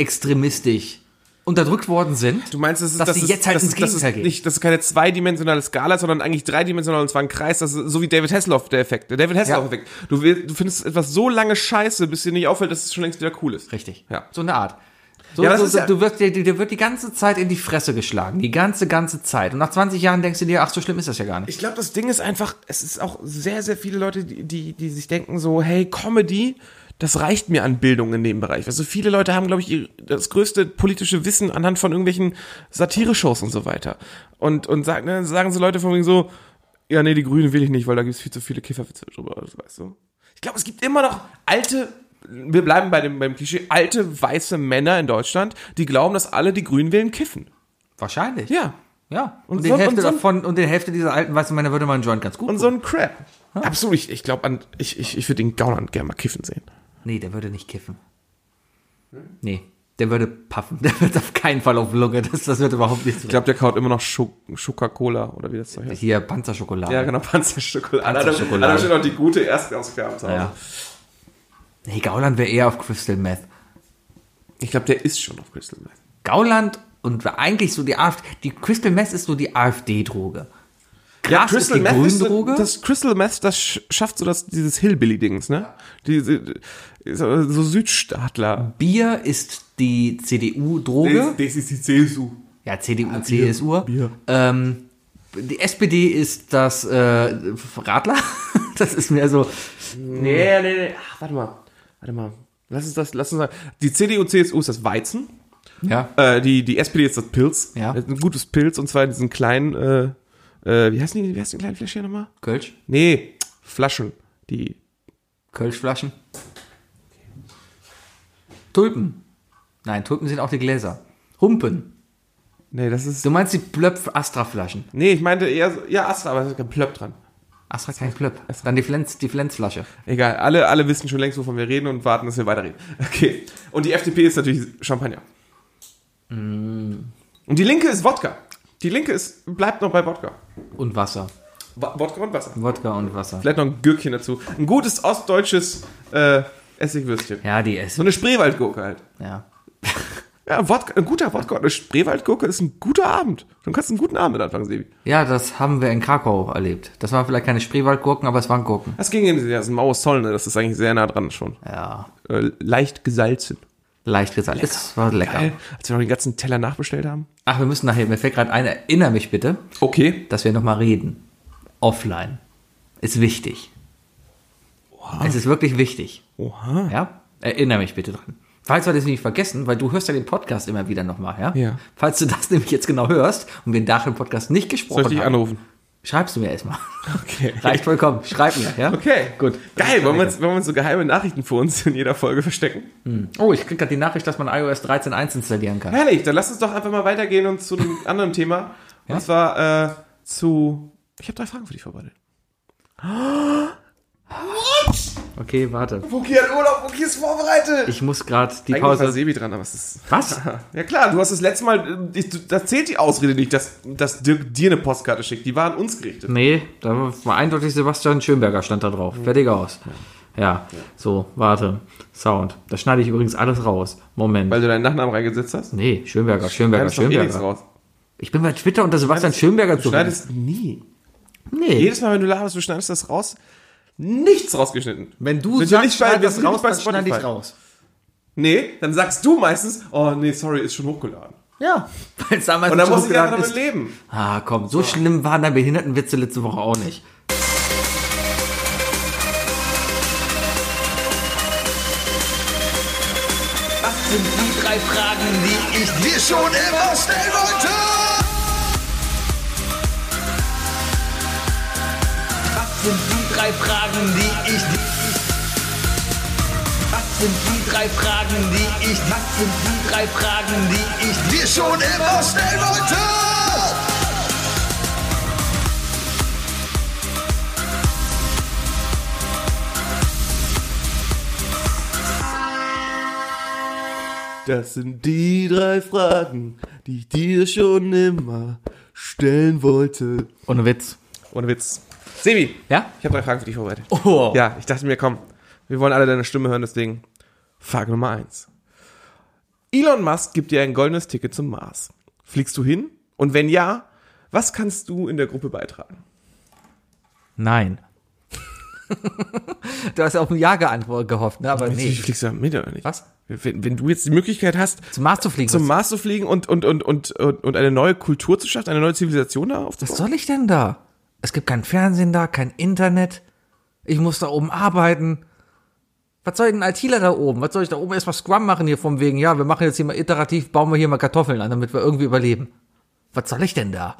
S3: extremistisch unterdrückt worden sind.
S4: Du meinst, das ist,
S3: Dass
S4: das
S3: sie
S4: ist,
S3: jetzt halt
S4: das
S3: ins
S4: ist, das
S3: Gegenteil
S4: ist
S3: gehen.
S4: nicht, das ist keine zweidimensionale Skala, sondern eigentlich dreidimensional und zwar ein Kreis, das ist so wie David Hasselhoff der Effekt, der David Hasselhoff Effekt. Du, will- du findest etwas so lange scheiße, bis dir nicht auffällt, dass es schon längst wieder cool ist.
S3: Richtig.
S4: Ja.
S3: So eine Art. So,
S4: Ja, das
S3: so,
S4: ist
S3: so,
S4: ja-
S3: du wirst, dir, dir wird die ganze Zeit in die Fresse geschlagen. Die ganze, ganze Zeit. Und nach 20 Jahren denkst du dir, ach, so schlimm ist das ja gar nicht.
S4: Ich glaube, das Ding ist einfach, es ist auch sehr, sehr viele Leute, die, die, die sich denken so, hey, Comedy, das reicht mir an Bildung in dem Bereich. Also viele Leute haben, glaube ich, ihr, das größte politische Wissen anhand von irgendwelchen Satire-Shows und so weiter. Und, und sagen, ne, sagen so Leute von wegen so, ja, nee, die Grünen will ich nicht, weil da gibt es viel zu viele Kifferwitze drüber, das weißt du. Ich glaube, es gibt immer noch alte, wir bleiben bei dem, beim Klischee, alte weiße Männer in Deutschland, die glauben, dass alle, die Grünen wählen, kiffen.
S3: Wahrscheinlich.
S4: Ja.
S3: Ja. Und,
S4: Und
S3: die
S4: so-
S3: Hälfte
S4: und so-
S3: davon, und die Hälfte dieser alten weißen Männer würde man einen Joint ganz gut.
S4: Und so ein Crap. Absolut, ich, ich glaube, ich, ich, ich würde den Gauland gerne mal kiffen sehen.
S3: Nee, der würde nicht kiffen. Nee, der würde paffen. [laughs] Der wird auf keinen Fall auf Lunge. Das, das wird überhaupt nichts.
S4: Ich glaube, der kaut immer noch Schoka-Cola oder wie das Zeug heißt.
S3: Hier, Panzerschokolade.
S4: Ja, genau, Panzerschokolade.
S3: Panzerschokolade.
S4: Panzerschokolade. Da steht noch die gute Erstausgabe zu Hause.
S3: Ja. Nee, Gauland wäre eher auf Crystal Meth.
S4: Ich glaube, der ist schon auf Crystal Meth.
S3: Gauland und eigentlich so die AfD. Die Crystal Meth ist so die AfD-Droge. Gras ist die
S4: ist so-
S3: Gründroge.
S4: das Crystal Meth, das sch- schafft so das, dieses Hillbilly-Dings, ne? Diese, so so Südstaatler.
S3: Bier ist die CDU-Droge.
S4: ist die CSU.
S3: Ja, CDU, CSU.
S4: Bier.
S3: Ähm, die SPD ist das äh, Radler. [laughs] Das ist mir so. hm.
S4: Nee, nee, nee. Ach, warte mal. Warte mal. Lass uns das, lass uns sagen. Die CDU, CSU ist das Weizen.
S3: Ja.
S4: Äh, die, die SPD ist das Pilz.
S3: Ja.
S4: Das ist ein gutes Pilz und zwar in diesen kleinen, äh, äh, wie heißt die, wie heißt die kleinen Fläschchen nochmal?
S3: Kölsch.
S4: Nee, Flaschen. Die.
S3: Kölschflaschen. Tulpen. Nein, Tulpen sind auch die Gläser. Humpen.
S4: Nee, das ist.
S3: Du meinst die Plöpf-Astra-Flaschen.
S4: Nee, ich meinte eher, so- ja, Astra, aber da ist kein Plöpp dran.
S3: Astra kein Plöpp. Dann die Flens, die Flensflasche.
S4: Egal, alle, alle wissen schon längst, wovon wir reden und warten, dass wir weiterreden. [laughs] Okay. Und die FDP ist natürlich Champagner.
S3: Mm.
S4: Und die Linke ist Wodka. Die Linke ist, bleibt noch bei Wodka.
S3: Und Wasser.
S4: Wa- Wodka und Wasser.
S3: Wodka und Wasser.
S4: Vielleicht noch ein Gürkchen dazu. Ein gutes ostdeutsches äh, Essigwürstchen.
S3: Ja, die
S4: So
S3: essen.
S4: eine Spreewaldgurke halt. [laughs]
S3: Ja.
S4: Ja, Wodka, ein guter Wodka und eine Spreewaldgurke ist ein guter Abend. Du kannst einen guten Abend mit anfangen, Sebi.
S3: ja, das haben wir in Krakau erlebt. Das waren vielleicht keine Spreewaldgurken, aber es waren Gurken.
S4: Das ging eben, das ist ein Maues Zoll, ne? das ist eigentlich sehr nah dran schon.
S3: Ja.
S4: Äh, leicht gesalzen.
S3: Leicht gesagt. Es war lecker.
S4: Geil. Als wir noch den ganzen Teller nachbestellt haben.
S3: Ach, wir müssen nachher, mir fällt gerade ein, erinnere mich bitte,
S4: Okay.
S3: dass wir nochmal reden. Offline. Ist wichtig. Es ist wirklich wichtig.
S4: Oha.
S3: Ja? Erinnere mich bitte dran. Falls wir das nicht vergessen, weil du hörst ja den Podcast immer wieder nochmal, ja?
S4: Ja.
S3: Falls du das nämlich jetzt genau hörst und wir nach dem Podcast nicht gesprochen
S4: Soll ich dich
S3: haben,
S4: anrufen?
S3: schreibst du mir erstmal.
S4: Okay.
S3: Reicht vollkommen. Schreib mir, ja?
S4: Okay, gut. Geil, wollen wir, uns, wollen wir uns so geheime Nachrichten vor uns in jeder Folge verstecken?
S3: Oh, ich krieg gerade die Nachricht, dass man iOS 13.1 installieren kann.
S4: Herrlich, dann lass uns doch einfach mal weitergehen und zu einem anderen Thema. Und zwar äh, zu... Ich habe drei Fragen für dich vorbereitet.
S3: Okay, warte.
S4: Wookie hat Urlaub, Wookie ist vorbereitet.
S3: Ich muss gerade die
S4: Eigentlich war
S3: Pause.
S4: Sebi dran, aber es ist...
S3: Was?
S4: [laughs] Ja klar, du hast das letzte Mal, ähm, ich, du- das zählt die Ausrede nicht, dass, dass Dirk dir eine Postkarte schickt. Die war an uns gerichtet.
S3: Nee, da war eindeutig Sebastian Schönberger stand da drauf. Fertig aus. Ja, so, warte. Sound. Da schneide ich übrigens alles raus. Moment.
S4: Weil du deinen Nachnamen reingesetzt hast?
S3: nee, Schönberger, Schönberger,
S4: Schneidest doch eh nichts
S3: Schönberger.
S4: raus.
S3: Ich bin bei Twitter unter Sebastian Schönberger
S4: Du
S3: zu finden.
S4: schneidest nie.
S3: Nee.
S4: Jedes Mal, wenn du laberst, du schneidest das raus. Nichts rausgeschnitten. Sind wir nicht bei- wir sind nicht bei Spotify.
S3: raus.
S4: Nee, dann sagst du meistens, oh nee, sorry, ist schon hochgeladen.
S3: Ja. [laughs] Weil es damals
S4: Und dann muss ich ja
S3: hochgeladen
S4: damit
S3: ist.
S4: leben.
S3: Ah, komm, so schlimm waren deine Behindertenwitze letzte Woche auch nicht.
S1: Was sind die drei Fragen, die ich dir schon immer stellen wollte? Was sind die drei Fragen, die ich dir... Was sind die drei Fragen, die ich... Was sind die drei Fragen, die ich dir schon immer stellen wollte?
S4: Das sind die drei Fragen, die ich dir schon immer stellen wollte.
S3: Ohne Witz.
S4: Ohne Witz. Sebi,
S3: Ja?
S4: ich habe drei Fragen für dich vorbereitet.
S3: Oh.
S4: Ja, ich dachte mir, komm, wir wollen alle deine Stimme hören, deswegen Frage Nummer eins. Elon Musk gibt dir ein goldenes Ticket zum Mars. Fliegst du hin? Und wenn ja, was kannst du in der Gruppe beitragen?
S3: Nein. [laughs] du hast auf ein Ja geantwortet gehofft, ne? Aber
S4: Jetzt
S3: nee.
S4: Fliegst du mit oder nicht?
S3: Was?
S4: Wenn, wenn du jetzt die Möglichkeit hast,
S3: Zum Mars zu fliegen.
S4: zum
S3: was,
S4: Mars zu fliegen und, und, und, und, und, und eine neue Kultur zu schaffen, eine neue Zivilisation da aufzubauen?
S3: was soll ich denn da? Es gibt kein Fernsehen da, kein Internet. Ich muss da oben arbeiten. Was soll denn ein ITler da oben? Was soll ich da oben erstmal Scrum machen hier vom wegen? Ja, wir machen jetzt hier mal iterativ, bauen wir hier mal Kartoffeln an, damit wir irgendwie überleben. Was soll ich denn da?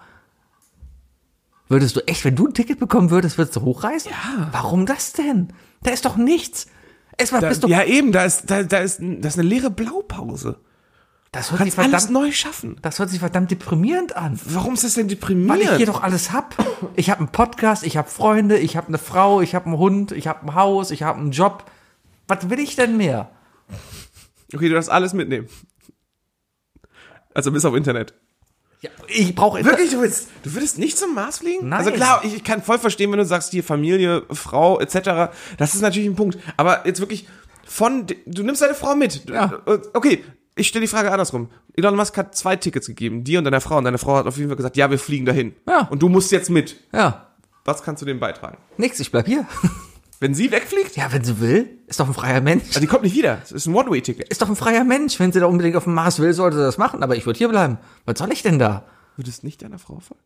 S3: Würdest du echt, wenn du ein Ticket bekommen würdest, würdest du hochreisen? Ja. Warum das denn? Da ist doch nichts. Erstmal bist
S4: Da,
S3: du.
S4: ja, eben, da ist, da, da, ist, da ist eine leere Blaupause.
S3: das
S4: Du
S3: hört sich
S4: kannst alles
S3: verdammt,
S4: neu schaffen.
S3: das hört sich verdammt deprimierend an.
S4: Warum ist das denn deprimierend?
S3: Weil ich hier doch alles hab. Ich hab einen Podcast, ich hab Freunde, ich hab eine Frau, ich hab einen Hund, ich hab ein Haus, ich hab einen Job. Was will ich denn mehr?
S4: okay, du darfst alles mitnehmen. Also bis auf Internet.
S3: Ja, ich brauche
S4: Wirklich, du willst, du würdest nicht zum Mars fliegen?
S3: Nein.
S4: Also klar, ich, ich kann voll verstehen, wenn du sagst, hier Familie, Frau, etc. Das ist natürlich ein Punkt. Aber jetzt wirklich von, de- du nimmst deine Frau mit. Du-
S3: Ja.
S4: Okay, ich stelle die Frage andersrum. Elon Musk hat zwei Tickets gegeben, dir und deiner Frau. Und deine Frau hat auf jeden Fall gesagt, ja, wir fliegen dahin.
S3: Ja.
S4: Und du musst jetzt mit.
S3: Ja,
S4: Was kannst du dem beitragen?
S3: nix, ich bleib hier.
S4: Wenn sie
S3: [laughs]
S4: wegfliegt?
S3: Ja, wenn sie will, ist doch ein freier Mensch.
S4: Also die kommt nicht wieder. Es ist ein One-Way-Ticket.
S3: Ist doch ein freier Mensch. Wenn sie da unbedingt auf dem Mars will, sollte sie das machen. Aber ich würde hier bleiben. Was soll ich denn da?
S4: Würdest nicht deiner Frau folgen?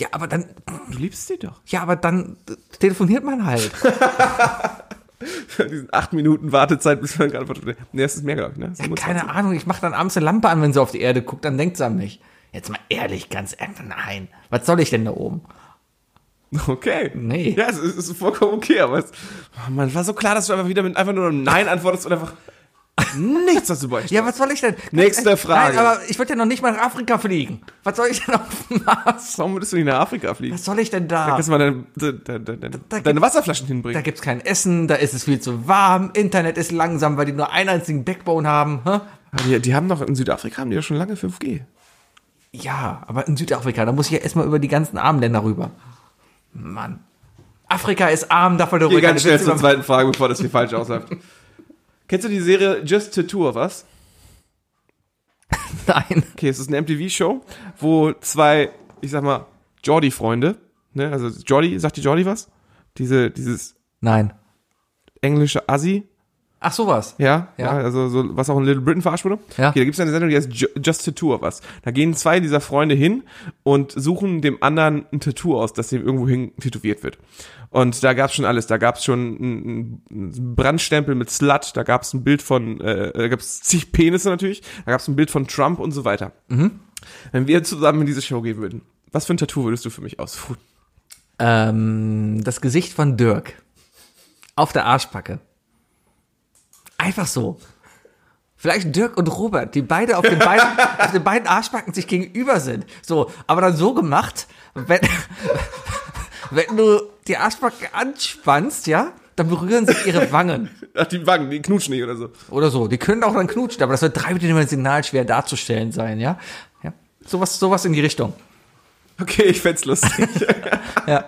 S3: Ja, aber dann,
S4: Du liebst sie doch.
S3: ja, aber dann äh, telefoniert man [laughs] halt.
S4: [laughs] Diesen acht Minuten Wartezeit, bis man geantwortet wird. Nee, das ist mehr, glaube ich, ne?
S3: Ja, keine Ahnung, ich mache dann abends eine Lampe an, wenn sie auf die Erde guckt, dann denkt sie an mich. Jetzt mal ehrlich, ganz ehrlich, nein. Was soll ich denn da oben?
S4: Okay.
S3: Nee.
S4: Ja, es ist, es ist vollkommen okay, aber es, oh Mann, es war so klar, dass du einfach wieder mit einfach nur einem Nein antwortest und einfach nichts dazu beichtest.
S3: Ja, was soll ich denn? Äh,
S4: Nächste Frage.
S3: Nein, aber ich würde ja noch nicht mal nach Afrika fliegen. Was soll ich denn auf dem Mars?
S4: Warum würdest du nicht nach Afrika fliegen?
S3: Was soll ich denn da?
S4: Kannst du mal deine, deine, deine,
S3: da
S4: deine
S3: gibt-
S4: Wasserflaschen
S3: Da
S4: hinbringen?
S3: gibt's kein Essen, da ist es viel zu warm, Internet ist langsam, weil die nur einen einzigen Backbone haben. Hä?
S4: Die, die haben noch in Südafrika haben die ja schon lange 5G.
S3: Ja, aber in Südafrika, da muss ich ja erstmal über die ganzen armen Länder rüber. Mann. Afrika ist arm, davon darüber
S4: Geh ganz schnell zur
S3: über-
S4: zweiten Frage, bevor das hier falsch ausläuft. Kennst du die Serie Just the Tour, was?
S3: Nein.
S4: Okay, es ist eine MTV-Show, wo zwei, ich sag mal, Jordi-Freunde, ne, also Jordi, sagt die Jordi was? Diese, dieses
S3: Nein.
S4: englische Assi,
S3: Ach, sowas.
S4: Ja,
S3: Ja.
S4: ja, also so, was auch in Little Britain verarscht wurde.
S3: Ja.
S4: Okay, da gibt's eine Sendung, die heißt Ju- Just Tattoo of Us. Da gehen zwei dieser Freunde hin und suchen dem anderen ein Tattoo aus, das dem irgendwo hin tätowiert wird. Und da gab's schon alles. Da gab's schon einen einen Brandstempel mit Slut, da gab's ein Bild von, äh, da gab's zig Penisse natürlich, da gab's ein Bild von Trump und so weiter.
S3: Mhm.
S4: Wenn wir zusammen in diese Show gehen würden, was für ein Tattoo würdest du für mich aussuchen?
S3: Ähm, das Gesicht von Dirk. Auf der Arschbacke. Einfach so. Vielleicht Dirk und Robert, die beide auf den beiden, auf den beiden Arschbacken sich gegenüber sind. So, aber dann so gemacht, wenn, [laughs] wenn du die Arschbacken anspannst, ja, dann berühren sich ihre Wangen.
S4: Ach, die Wangen, die knutschen nicht oder so.
S3: Oder so. Die können auch dann knutschen, aber das wird dreidimensional schwer darzustellen sein, ja. ja. Sowas, sowas in die Richtung.
S4: Okay, ich
S3: [laughs]
S4: fänd's lustig.
S3: Ja.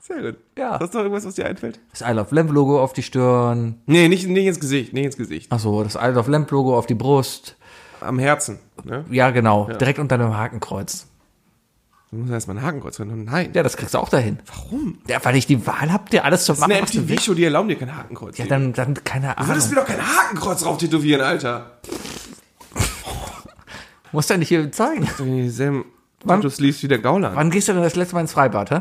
S4: Sehr gut.
S3: Ja.
S4: Hast du noch irgendwas, was dir einfällt?
S3: Das I Love Lamp Logo auf die Stirn.
S4: Nee, nicht, nicht ins Gesicht, nicht ins Gesicht.
S3: Ach so, das Isle of Lamp Logo auf die Brust.
S4: Am Herzen. Ne?
S3: Ja, genau. Direkt unter einem Hakenkreuz.
S4: Du musst erstmal ein Hakenkreuz rein. Nein.
S3: Ja, das kriegst du auch dahin.
S4: Warum?
S3: Ja, weil ich die Wahl hab, dir alles zu
S4: Das
S3: machen,
S4: ist eine
S3: was du willst.
S4: MTV-Show, die erlauben dir kein Hakenkreuz.
S3: Ja, dann, dann keine
S4: du würdest
S3: Ahnung.
S4: mir doch kein Hakenkreuz drauf tätowieren, Alter.
S3: Musst du nicht hier zeigen.
S4: Wenn du dieselben
S3: Wann-
S4: Tattoos liest wie der Gauland.
S3: Wann gehst du denn das letzte Mal ins Freibad, hä?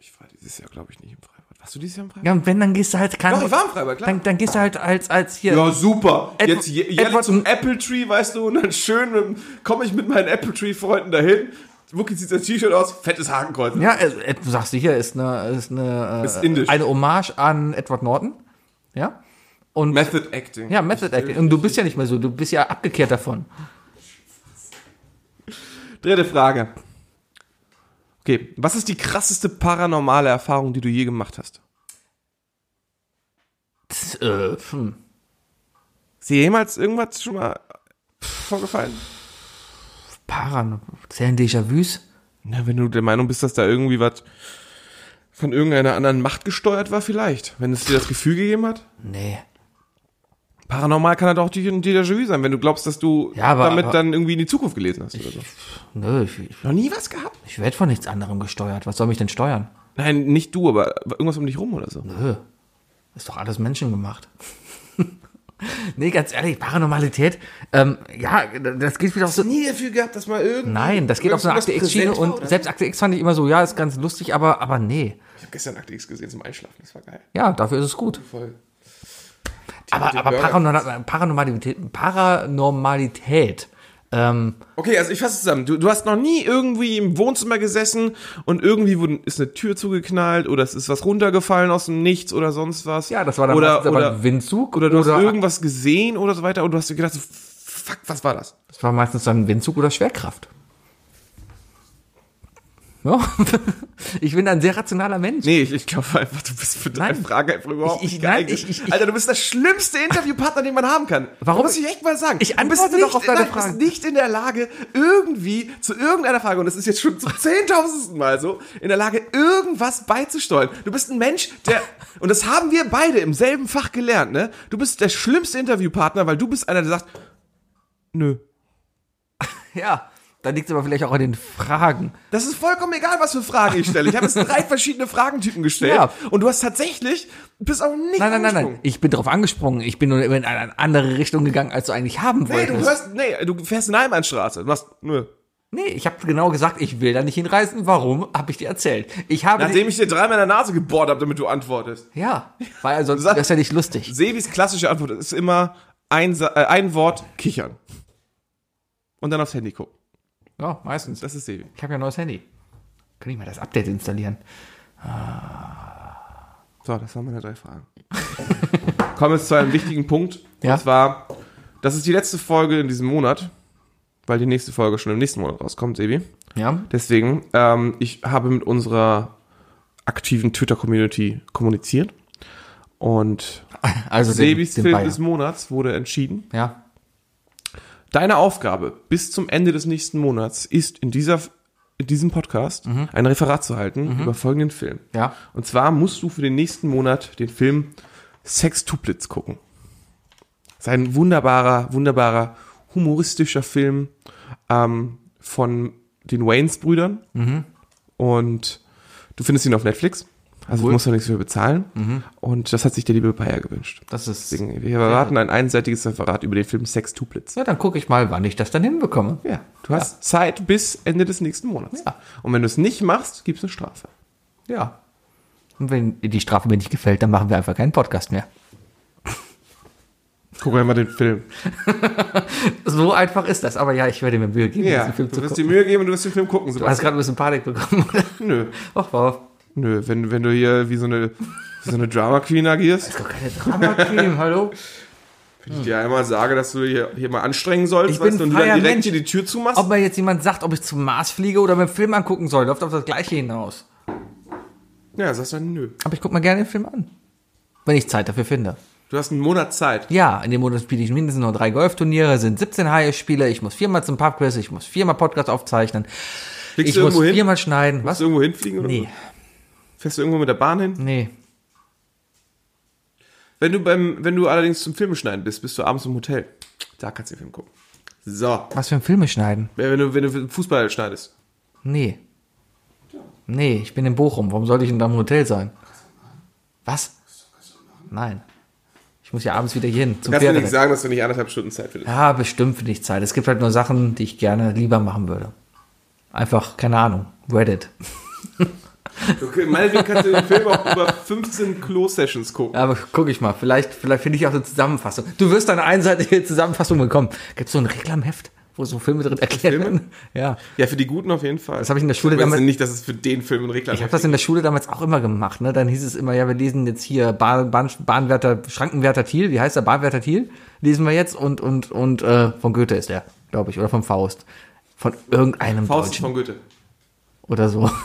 S4: Ich war dieses Jahr, glaube ich, nicht im Freibad. Warst du dieses Jahr im Freibad?
S3: Ja, und wenn, dann gehst du halt... Kann,
S4: Doch, ich war im Freibad, klar.
S3: Dann, dann gehst du halt als, als hier...
S4: Ja, super.
S3: Ed-
S4: Jetzt je, jährlich
S3: Edward-
S4: zum Apple Tree, weißt du, und dann schön komme ich mit meinen Apple Tree-Freunden dahin. Wookie zieht sein T-Shirt aus, fettes Hakenkreuz.
S3: Ja, äh, Ed- du sagst sicher, ist eine, ist eine, äh,
S4: Ist indisch.
S3: eine Hommage an Edward Norton. Ja? Und,
S4: Method Acting.
S3: ja, Method Acting. Und du bist ja nicht mehr so, du bist ja abgekehrt davon.
S4: Dritte Frage. Okay, was ist die krasseste paranormale Erfahrung, die du je gemacht hast?
S3: Das, äh, hm.
S4: Ist dir jemals irgendwas schon mal vorgefallen?
S3: Paran, zählen Déjà-vus?
S4: Na, wenn du der Meinung bist, dass da irgendwie was von irgendeiner anderen Macht gesteuert war, vielleicht. Wenn es dir das Gefühl gegeben hat.
S3: Nee.
S4: Paranormal kann halt auch die- ein Déjà-vu sein, wenn du glaubst, dass du
S3: Ja, aber-
S4: damit
S3: aber-
S4: dann irgendwie in die Zukunft gelesen hast oder so.
S3: Nö, ich, ich,
S4: Noch nie was gehabt?
S3: ich werde von nichts anderem gesteuert. Was soll mich denn steuern?
S4: Nein, nicht du, aber irgendwas um dich rum oder so.
S3: Nö. Ist doch alles menschengemacht. [laughs] nee, ganz ehrlich, Paranormalität, ähm, ja, das geht wieder auf so.
S4: nie dafür gehabt, dass mal irgend
S3: Nein, das geht auf so eine Akte X-Schiene und selbst Akte X fand ich immer so, ja, ist ganz lustig, aber, aber nee.
S4: Ich habe gestern Akte X gesehen zum Einschlafen, das war geil.
S3: Ja, dafür ist es gut.
S4: Voll.
S3: Aber, aber Paranormal, Paranormalität, Paranormalität, ähm,
S4: Okay, also ich fasse zusammen. Du, du hast noch nie irgendwie im Wohnzimmer gesessen und irgendwie wurde, ist eine Tür zugeknallt oder es ist was runtergefallen aus dem Nichts oder sonst was.
S3: ja, das war dann
S4: oder,
S3: meistens aber
S4: oder,
S3: ein Windzug
S4: oder du hast irgendwas gesehen oder so weiter und du hast dir gedacht, so, fuck, was war das?
S3: Das war meistens dann Windzug oder Schwerkraft. Ja. [laughs] Ich bin ein sehr rationaler Mensch.
S4: Nee, ich, ich glaube einfach, du bist für deine
S3: Nein.
S4: Frage einfach überhaupt
S3: Ich- ich-
S4: nicht
S3: nein,
S4: geeignet.
S3: ich- ich- ich-
S4: Alter, du bist der schlimmste Interviewpartner, den man haben kann.
S3: Warum?
S4: Muss ich echt mal sagen.
S3: Ich
S4: Du bist
S3: antworte doch auf deine
S4: nein, du
S3: Fragen.
S4: bist nicht in der Lage, irgendwie zu irgendeiner Frage, und das ist jetzt schon zum zehntausendsten Mal so, in der Lage, irgendwas beizusteuern. Du bist ein Mensch, der, und das haben wir beide im selben Fach gelernt, ne? Du bist der schlimmste Interviewpartner, weil du bist einer, der sagt, nö.
S3: Ja, da liegt es aber vielleicht auch an den Fragen.
S4: Das ist vollkommen egal, was für Fragen ich stelle. Ich habe jetzt drei verschiedene Fragentypen gestellt.
S3: Ja.
S4: Und du hast tatsächlich, bist auch nicht
S3: Nein, nein, nein,
S4: angesprungen.
S3: nein. Ich bin drauf angesprungen. Ich bin nur in eine andere Richtung gegangen, als du eigentlich haben
S4: Nee,
S3: wolltest.
S4: du hörst, nee, du fährst in eine Einbahnstraße. Du machst, nö.
S3: nee, ich habe genau gesagt, ich will da nicht hinreisen. Warum? Hab ich dir erzählt. Ich habe
S4: Nachdem ich dir dreimal in der Nase gebohrt habe, damit du antwortest.
S3: die, ja, weil sonst
S4: [laughs] Sag-
S3: wäre ja nicht lustig.
S4: Sebis klassische Antwort ist immer ein, Sa- äh, ein Wort, kichern. Und dann aufs Handy gucken.
S3: Ja, meistens.
S4: Das ist Sebi.
S3: Ich habe ja ein neues Handy. Kann ich mal das Update installieren?
S4: So, das waren meine drei Fragen. Kommen jetzt zu einem wichtigen Punkt.
S3: Ja.
S4: Und zwar, das ist die letzte Folge in diesem Monat, weil die nächste Folge schon im nächsten Monat rauskommt, Sebi.
S3: Ja.
S4: Deswegen, ähm, ich habe mit unserer aktiven Twitter-Community kommuniziert. Und
S3: Also
S4: Sebis
S3: den, den
S4: Film
S3: Bayer.
S4: des Monats wurde entschieden.
S3: Ja.
S4: Deine Aufgabe bis zum Ende des nächsten Monats ist in dieser in diesem Podcast ein Referat zu halten über folgenden Film.
S3: Mhm. Ja.
S4: Und zwar musst du für den nächsten Monat den Film Sextuplitz gucken. Sein wunderbarer, wunderbarer, humoristischer Film ähm, von den Waynes-Brüdern.
S3: Mhm.
S4: Und du findest ihn auf Netflix. Also du musst da nichts für bezahlen.
S3: Mhm.
S4: Und das hat sich der liebe Bayer gewünscht.
S3: Das ist.
S4: Deswegen, wir erwarten ein einseitiges Referat über den Film Sextuplitz.
S3: Ja, dann gucke ich mal, wann ich das dann hinbekomme.
S4: Ja, du hast Zeit bis Ende des nächsten Monats.
S3: Ja.
S4: Und wenn du es nicht machst, gibt's eine Strafe.
S3: Ja. Und wenn dir die Strafe mir nicht gefällt, dann machen wir einfach keinen Podcast mehr.
S4: Gucken wir mal den Film.
S3: So einfach ist das. Aber ja, ich werde mir Mühe geben,
S4: Ja,
S3: diesen Film
S4: du
S3: zu
S4: wirst
S3: gucken.
S4: dir Mühe geben und du wirst den Film gucken.
S3: Du hast
S4: Sebastian.
S3: gerade ein bisschen Panik bekommen. [laughs]
S4: Nö,
S3: Och, wow.
S4: nö. Wenn, wenn du hier wie so eine, wie so eine Drama Queen agierst,
S3: Doch keine Drama Queen, hallo?
S4: wenn ich dir einmal sage, dass du hier, hier mal anstrengen sollst,
S3: Ich bin
S4: du, und
S3: freier
S4: dann direkt
S3: Mensch.
S4: hier die Tür zumachst.
S3: Ob mir jetzt jemand sagt, ob ich zum Mars fliege oder mir einen Film angucken soll, läuft auf das Gleiche hinaus.
S4: ja, sagst dann nö.
S3: Aber ich gucke mir gerne den Film an. Wenn ich Zeit dafür finde.
S4: Du hast einen Monat Zeit.
S3: Ja, in dem Monat spiele ich mindestens noch drei Golfturniere, sind 17 Haie-Spiele, ich muss viermal zum Pubquiz, ich muss viermal Podcast aufzeichnen,
S4: Fliegst
S3: ich
S4: du
S3: muss
S4: irgendwo hin?
S3: viermal schneiden.
S4: Fliegst
S3: Was?
S4: du irgendwo hinfliegen oder
S3: Nee,
S4: so? Fährst du irgendwo mit der Bahn hin?
S3: nee.
S4: Wenn du beim, wenn du allerdings zum Filmeschneiden bist, bist du abends im Hotel. Da kannst du den Film gucken. So.
S3: Was für ein Filme schneiden?
S4: Wenn du, wenn du Fußball schneidest.
S3: Nee. Nee, ich bin in Bochum. Warum sollte ich in deinem Hotel sein? Was? Nein. Ich muss ja abends wieder hier hin. Zum
S4: Kannst du nicht
S3: Pferderennen.
S4: sagen, dass du nicht anderthalb Stunden Zeit findest?
S3: Ja, bestimmt finde ich Zeit. Es gibt halt nur Sachen, die ich gerne lieber machen würde. Einfach, keine Ahnung, Reddit.
S4: Okay, meinetwegen kannst du den Film auch über 15 Klo-Sessions gucken.
S3: Aber gucke ich mal, vielleicht, vielleicht finde ich auch eine Zusammenfassung. Du wirst eine einseitige Zusammenfassung bekommen. Gibt es so ein Reklamheft, wo so Filme drin erklärt
S4: Filme?
S3: werden? Ja.
S4: Ja, für die Guten auf jeden Fall. Das
S3: habe ich in der Schule
S4: damals...
S3: damals-
S4: nicht, dass es für den Film ein Reklam
S3: Ich habe das in der Schule damals auch immer gemacht. Ne? Dann hieß es immer, ja, wir lesen jetzt hier Bahn, Bahn, Bahnwärter, Schrankenwärter Thiel. Wie heißt der Bahnwärter Thiel? Lesen wir jetzt und und und äh, von Goethe ist der, glaube ich, oder von Faust, von irgendeinem
S4: Faust
S3: Deutschen
S4: von Goethe.
S3: oder so. [laughs]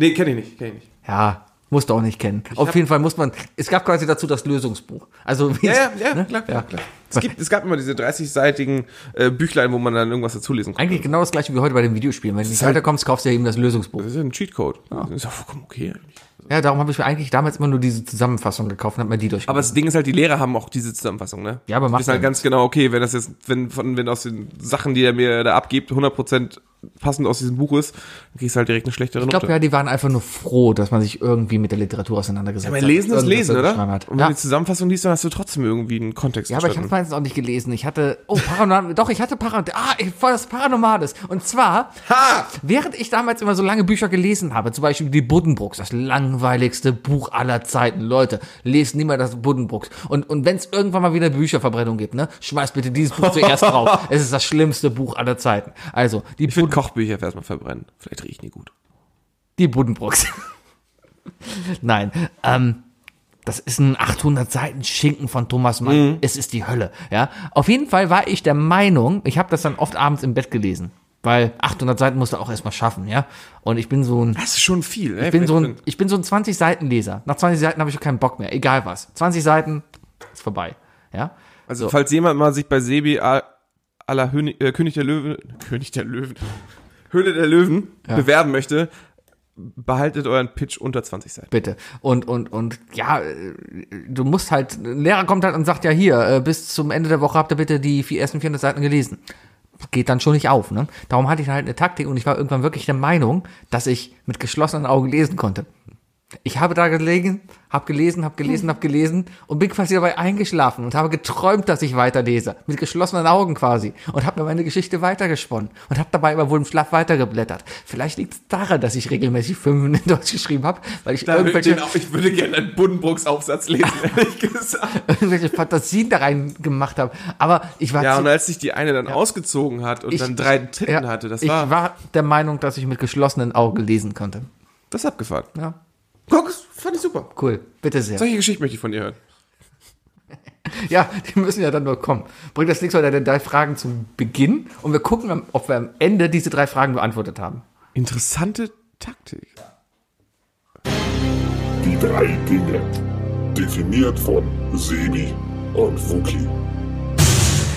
S4: Nee, kenne ich nicht, kenne ich nicht.
S3: Ja, musst du auch nicht kennen. Auf
S4: hab-
S3: jeden Fall muss man. Es gab quasi dazu das Lösungsbuch. Also wie
S4: Ja, ja,
S3: es-
S4: ja,
S3: ne?
S4: klar, klar, klar. Es, gibt, es gab immer diese 30-seitigen äh, Büchlein, wo man dann irgendwas dazulesen konnte.
S3: Eigentlich genau das gleiche wie heute bei den Videospielen. Wenn du nicht
S4: halt-
S3: weiterkommst, kaufst du ja eben das Lösungsbuch.
S4: Das ist ja ein Cheatcode. Ja. Ist ja vollkommen okay eigentlich.
S3: Ja, darum habe ich mir eigentlich damals immer nur diese Zusammenfassung gekauft und habe mir die durch.
S4: Aber das Ding ist halt, die Lehrer haben auch diese Zusammenfassung, ne?
S3: Ja, aber
S4: Die
S3: macht
S4: wissen
S3: ja
S4: halt ganz genau, okay, wenn das jetzt, wenn von, wenn aus den Sachen, die er mir da abgibt, 100% passend aus diesem Buch ist, dann kriegst du halt direkt eine schlechtere
S3: ich glaube,
S4: Note.
S3: ja, die waren einfach nur froh, dass man sich irgendwie mit der Literatur auseinandergesetzt
S4: aber
S3: hat.
S4: Lesen ist
S3: Irgendwas
S4: Lesen, oder?
S3: geschrieben hat.
S4: Und wenn
S3: Ja.
S4: du die Zusammenfassung liest, dann hast du trotzdem irgendwie einen Kontext
S3: Ja, aber ich habe
S4: verstanden.
S3: meistens auch nicht gelesen. Ich hatte, oh, Paranormal, doch, ich hatte Paranormal, ah, ich war das Paranormales. Und zwar, während ich damals immer so lange Bücher gelesen habe, zum Beispiel die Buddenbrooks, das langweiligste Buch aller Zeiten. Leute, lest niemals das Buddenbrooks. Und, und wenn es irgendwann mal wieder Bücherverbrennung gibt, ne, schmeißt bitte dieses Buch zuerst drauf.
S4: [laughs]
S3: Es ist das schlimmste Buch aller Zeiten. Also, die,
S4: Ich
S3: Bud
S4: würde Kochbücher erstmal verbrennen. Vielleicht riechen die gut.
S3: die Buddenbrooks. [laughs] Nein, ähm, das ist ein 800 Seiten Schinken von Thomas Mann. Es ist die Hölle. Ja, auf jeden Fall war ich der Meinung, ich habe das dann oft abends im Bett gelesen, weil 800 Seiten musst du auch erstmal schaffen, ja. Und ich bin so ein
S4: Das ist schon viel, ne?
S3: ich bin so ein, ich bin so ein 20 Seiten Leser. Nach 20 Seiten habe ich keinen Bock mehr, egal was. 20 Seiten ist vorbei, ja.
S4: Also,
S3: So.
S4: falls jemand mal sich bei Sebi à à la Höni- äh, König der Löwen, [laughs] König der Löwen, Höhle der Löwen bewerben möchte, behaltet euren Pitch unter 20 Seiten.
S3: Bitte. Und, und, und ja, äh, du musst halt, ein Lehrer kommt halt und sagt ja hier, äh, bis zum Ende der Woche habt ihr bitte die vier, ersten 400 Seiten gelesen. Geht dann schon nicht auf, ne? Darum hatte ich halt eine Taktik und ich war irgendwann wirklich der Meinung, dass ich mit geschlossenen Augen lesen konnte. Ich habe da gelegen, habe gelesen, habe gelesen, habe gelesen und bin quasi dabei eingeschlafen und habe geträumt, dass ich weiterlese. Mit geschlossenen Augen quasi. Und habe mir meine Geschichte weitergesponnen und habe dabei immer wohl im Schlaf weitergeblättert. Vielleicht liegt es daran, dass ich regelmäßig Fünfen in [laughs] Deutsch geschrieben habe, weil ich irgendwelche
S4: ich würde gerne einen Buddenbrooks Aufsatz lesen, [laughs]
S3: [laughs]
S4: ehrlich gesagt.
S3: irgendwelche Fantasien da rein gemacht habe. Aber ich war
S4: Ja,
S3: zu-
S4: und als sich die eine dann ausgezogen hat und
S3: ich,
S4: dann drei Titten
S3: ja,
S4: hatte, das
S3: ich
S4: war,
S3: war, der Meinung, dass ich mit geschlossenen Augen lesen konnte.
S4: das ist abgefahren.
S3: Ja,
S4: Guck, das fand ich super.
S3: cool. Bitte sehr.
S4: Solche Geschichten möchte ich von dir hören.
S3: Ja, die müssen ja dann nur kommen. Bringt das nichts, weil dann drei Fragen zum Beginn und wir gucken, am- ob wir am Ende diese drei Fragen beantwortet haben.
S4: Interessante Taktik.
S2: Die drei Dinge. Definiert von Sebi und Fuki.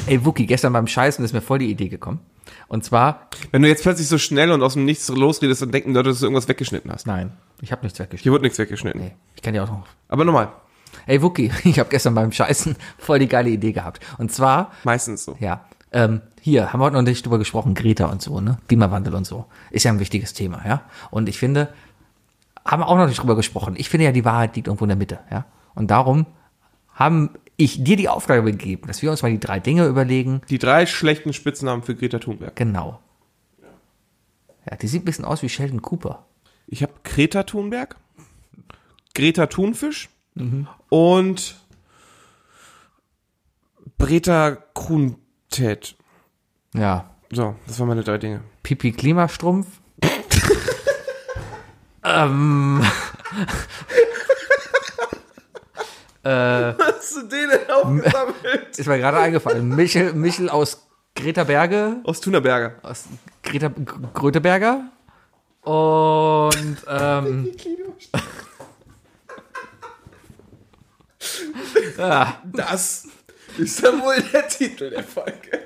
S3: Ey, Wookie, gestern beim Scheißen ist mir voll die Idee gekommen. Und zwar,
S4: Wenn du jetzt plötzlich so schnell und aus dem Nichts losredest, dann denken die Leute, dass du irgendwas weggeschnitten hast.
S3: nein, ich habe nichts weggeschrieben.
S4: Hier wurde nichts weggeschnitten.
S3: Nee, ich kann ja auch noch.
S4: Aber nochmal,
S3: Ey, Wookie, [laughs] ich habe gestern beim Scheißen voll die geile Idee gehabt. Und zwar
S4: meistens so.
S3: Ja. Ähm, hier, haben wir heute noch nicht drüber gesprochen, Greta und so, ne? Klimawandel und so. Ist ja ein wichtiges Thema, ja? Und ich finde, haben wir auch noch nicht drüber gesprochen. Ich finde ja, die Wahrheit liegt irgendwo in der Mitte, ja? Und darum haben ich dir die Aufgabe gegeben, dass wir uns mal die drei Dinge überlegen.
S4: Die drei schlechten Spitznamen für Greta Thunberg.
S3: Genau. Ja, die sieht ein bisschen aus wie Sheldon Cooper.
S4: Ich habe Greta Thunberg, Greta Thunfisch
S3: Mhm.
S4: und Greta Kruntet.
S3: Ja.
S4: So, das waren meine drei Dinge.
S3: Pipi
S4: [laughs]
S3: Klimastrumpf. Ähm.
S4: [laughs] Hast du den denn aufgesammelt?
S3: Äh. Ist mir gerade eingefallen. Michel, Michel aus Greta Berge.
S4: Aus Thunerberger.
S3: aus Greta G- Gröteberger und ähm,
S4: Das ist dann wohl der Titel der Folge.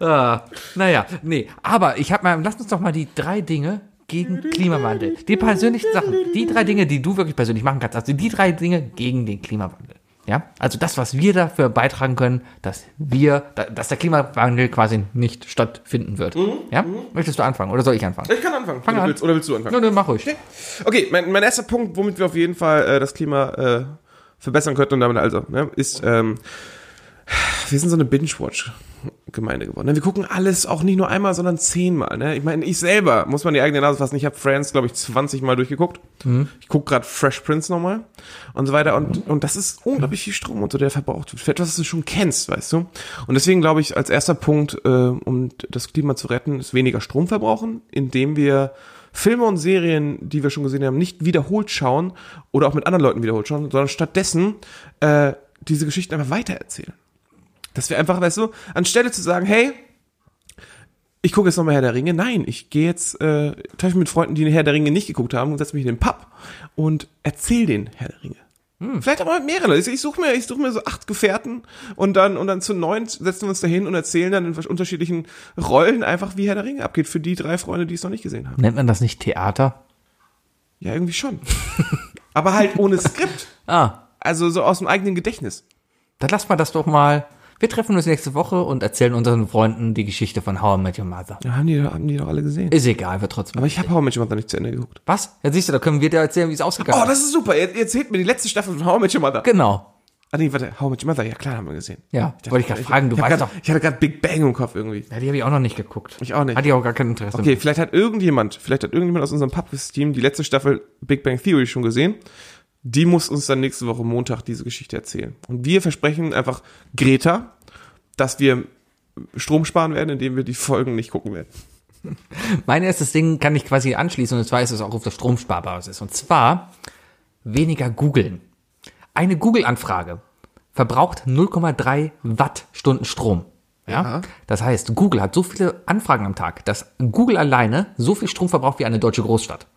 S3: äh, naja, nee, aber ich habe mal, lass uns doch mal die drei Dinge gegen Klimawandel, die persönlichen Sachen, die drei Dinge, die du wirklich persönlich machen kannst, also die drei Dinge gegen den Klimawandel. Ja, also das, was wir dafür beitragen können, dass wir, da- dass der Klimawandel quasi nicht stattfinden wird.
S4: Mhm,
S3: Ja, möchtest du anfangen oder soll ich anfangen?
S4: Ich kann anfangen.
S3: Fang
S4: oder,
S3: an.
S4: Willst, oder willst du anfangen?
S3: Nö, nö, mach ruhig.
S4: Okay, mein, mein erster Punkt, womit wir auf jeden Fall äh, das Klima äh, verbessern könnten und damit also, ne, ist, ähm, wir sind so eine Binge-Watch-Gemeinde geworden. Ne? Wir gucken alles auch nicht nur einmal, sondern zehnmal. Ne? Ich meine, ich selber muss man die eigene Nase fassen. Ich habe Friends, glaube ich, 20 Mal durchgeguckt. Ich gucke gerade Fresh Prince nochmal und so weiter. Und, und das ist unglaublich viel Strom und so, der verbraucht wird. Für etwas, was du schon kennst, weißt du. Und deswegen glaube ich, als erster Punkt, äh, um das Klima zu retten, ist weniger Strom verbrauchen, indem wir Filme und Serien, die wir schon gesehen haben, nicht wiederholt schauen oder auch mit anderen Leuten wiederholt schauen, sondern stattdessen äh, diese Geschichten einfach weitererzählen. Dass wir einfach, weißt du, anstelle zu sagen, hey, ich gucke jetzt nochmal Herr der Ringe, nein, ich gehe jetzt, äh, treffe mich mit Freunden, die Herr der Ringe nicht geguckt haben und setze mich in den Pub und erzähl den Herr der Ringe. Vielleicht aber mit mehreren. Ich, ich suche mir, ich suche mir so acht Gefährten und dann und dann zu neun setzen wir uns dahin und erzählen dann in unterschiedlichen Rollen einfach, wie Herr der Ringe abgeht für die drei Freunde, die es noch nicht gesehen haben.
S3: Nennt man das nicht Theater?
S4: Ja, irgendwie schon. Aber halt ohne Skript.
S3: Ah,
S4: Also so aus dem eigenen Gedächtnis.
S3: dann lass mal das doch mal. Wir treffen uns nächste Woche und erzählen unseren Freunden die Geschichte von How I Met Your Mother.
S4: Ja, haben die, haben die doch alle gesehen.
S3: Ist egal, wird trotzdem.
S4: Aber ich habe How I Met Your Mother nicht zu Ende geguckt.
S3: Was? Ja, siehst du, da können wir dir erzählen, wie es ausgegangen
S4: Oh,
S3: ist.
S4: das ist super. Ihr, ihr erzählt mir die letzte Staffel von How I Met Your Mother.
S3: Genau.
S4: Ah nee, warte, How I Met Your Mother. Ja, klar, haben wir gesehen.
S3: Ja, wollte ich gerade fragen, du
S4: Ich, hab
S3: weißt
S4: grad,
S3: doch.
S4: ich hatte gerade Big Bang im Kopf irgendwie.
S3: Ja, die habe ich auch noch nicht geguckt.
S4: Ich auch nicht.
S3: Hatte ich auch gar kein Interesse.
S4: Okay, vielleicht hat irgendjemand, vielleicht hat irgendjemand aus unserem Pubquiz-Team die letzte Staffel Big Bang Theory schon gesehen. Die muss uns dann nächste Woche Montag diese Geschichte erzählen. Und wir versprechen einfach Greta, dass wir Strom sparen werden, indem wir die Folgen nicht gucken werden.
S3: Mein erstes Ding kann ich quasi anschließen und zwar ist es auch auf der Stromsparbasis. Und zwar weniger googeln. Eine Google-Anfrage verbraucht 0,3 Wattstunden Strom. Ja? Das heißt, Google hat so viele Anfragen am Tag, dass Google alleine so viel Strom verbraucht wie eine deutsche Großstadt.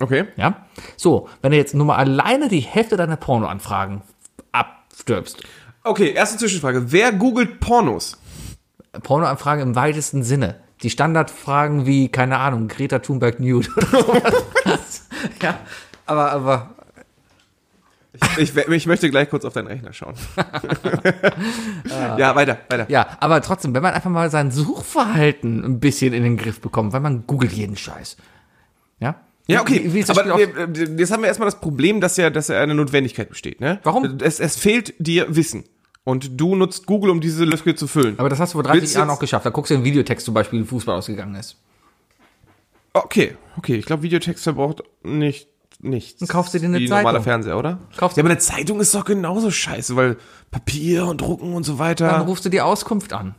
S4: Okay.
S3: Ja? So, wenn du jetzt nur mal alleine die Hälfte deiner Porno-Anfragen abstirbst.
S4: Okay, erste Zwischenfrage. Wer googelt Pornos?
S3: Pornoanfrage im weitesten Sinne. Die Standardfragen wie, keine Ahnung, Greta Thunberg nude oder [laughs] sowas. ja, aber, aber,
S4: Ich, we- ich möchte gleich kurz auf deinen
S3: [laughs]
S4: Rechner schauen. ja, weiter, weiter.
S3: ja, aber trotzdem, wenn man einfach mal sein Suchverhalten ein bisschen in den Griff bekommt, weil man googelt jeden Scheiß. Ja?
S4: Ja, okay.
S3: Wie, wie ist das
S4: aber
S3: Spiel auf,
S4: wir, äh, jetzt haben wir erstmal das Problem, dass ja, dass ja eine Notwendigkeit besteht. Ne?
S3: Warum?
S4: Es, es fehlt dir Wissen. Und du nutzt Google, um diese Lücke zu füllen.
S3: aber das hast du vor
S4: Willst
S3: 30
S4: du
S3: Jahren
S4: jetzt-
S3: auch geschafft. Da guckst du den Videotext zum Beispiel, wie Fußball ausgegangen ist.
S4: okay, okay. Ich glaube, Videotext verbraucht nicht nichts. Dann
S3: kaufst du dir eine
S4: Wie normaler
S3: Zeitung.
S4: Fernseher, oder?
S3: Kaufst
S4: ja,
S3: du-
S4: aber eine Zeitung ist doch genauso scheiße, weil Papier und Drucken und so
S3: Dann
S4: weiter.
S3: rufst du die Auskunft an.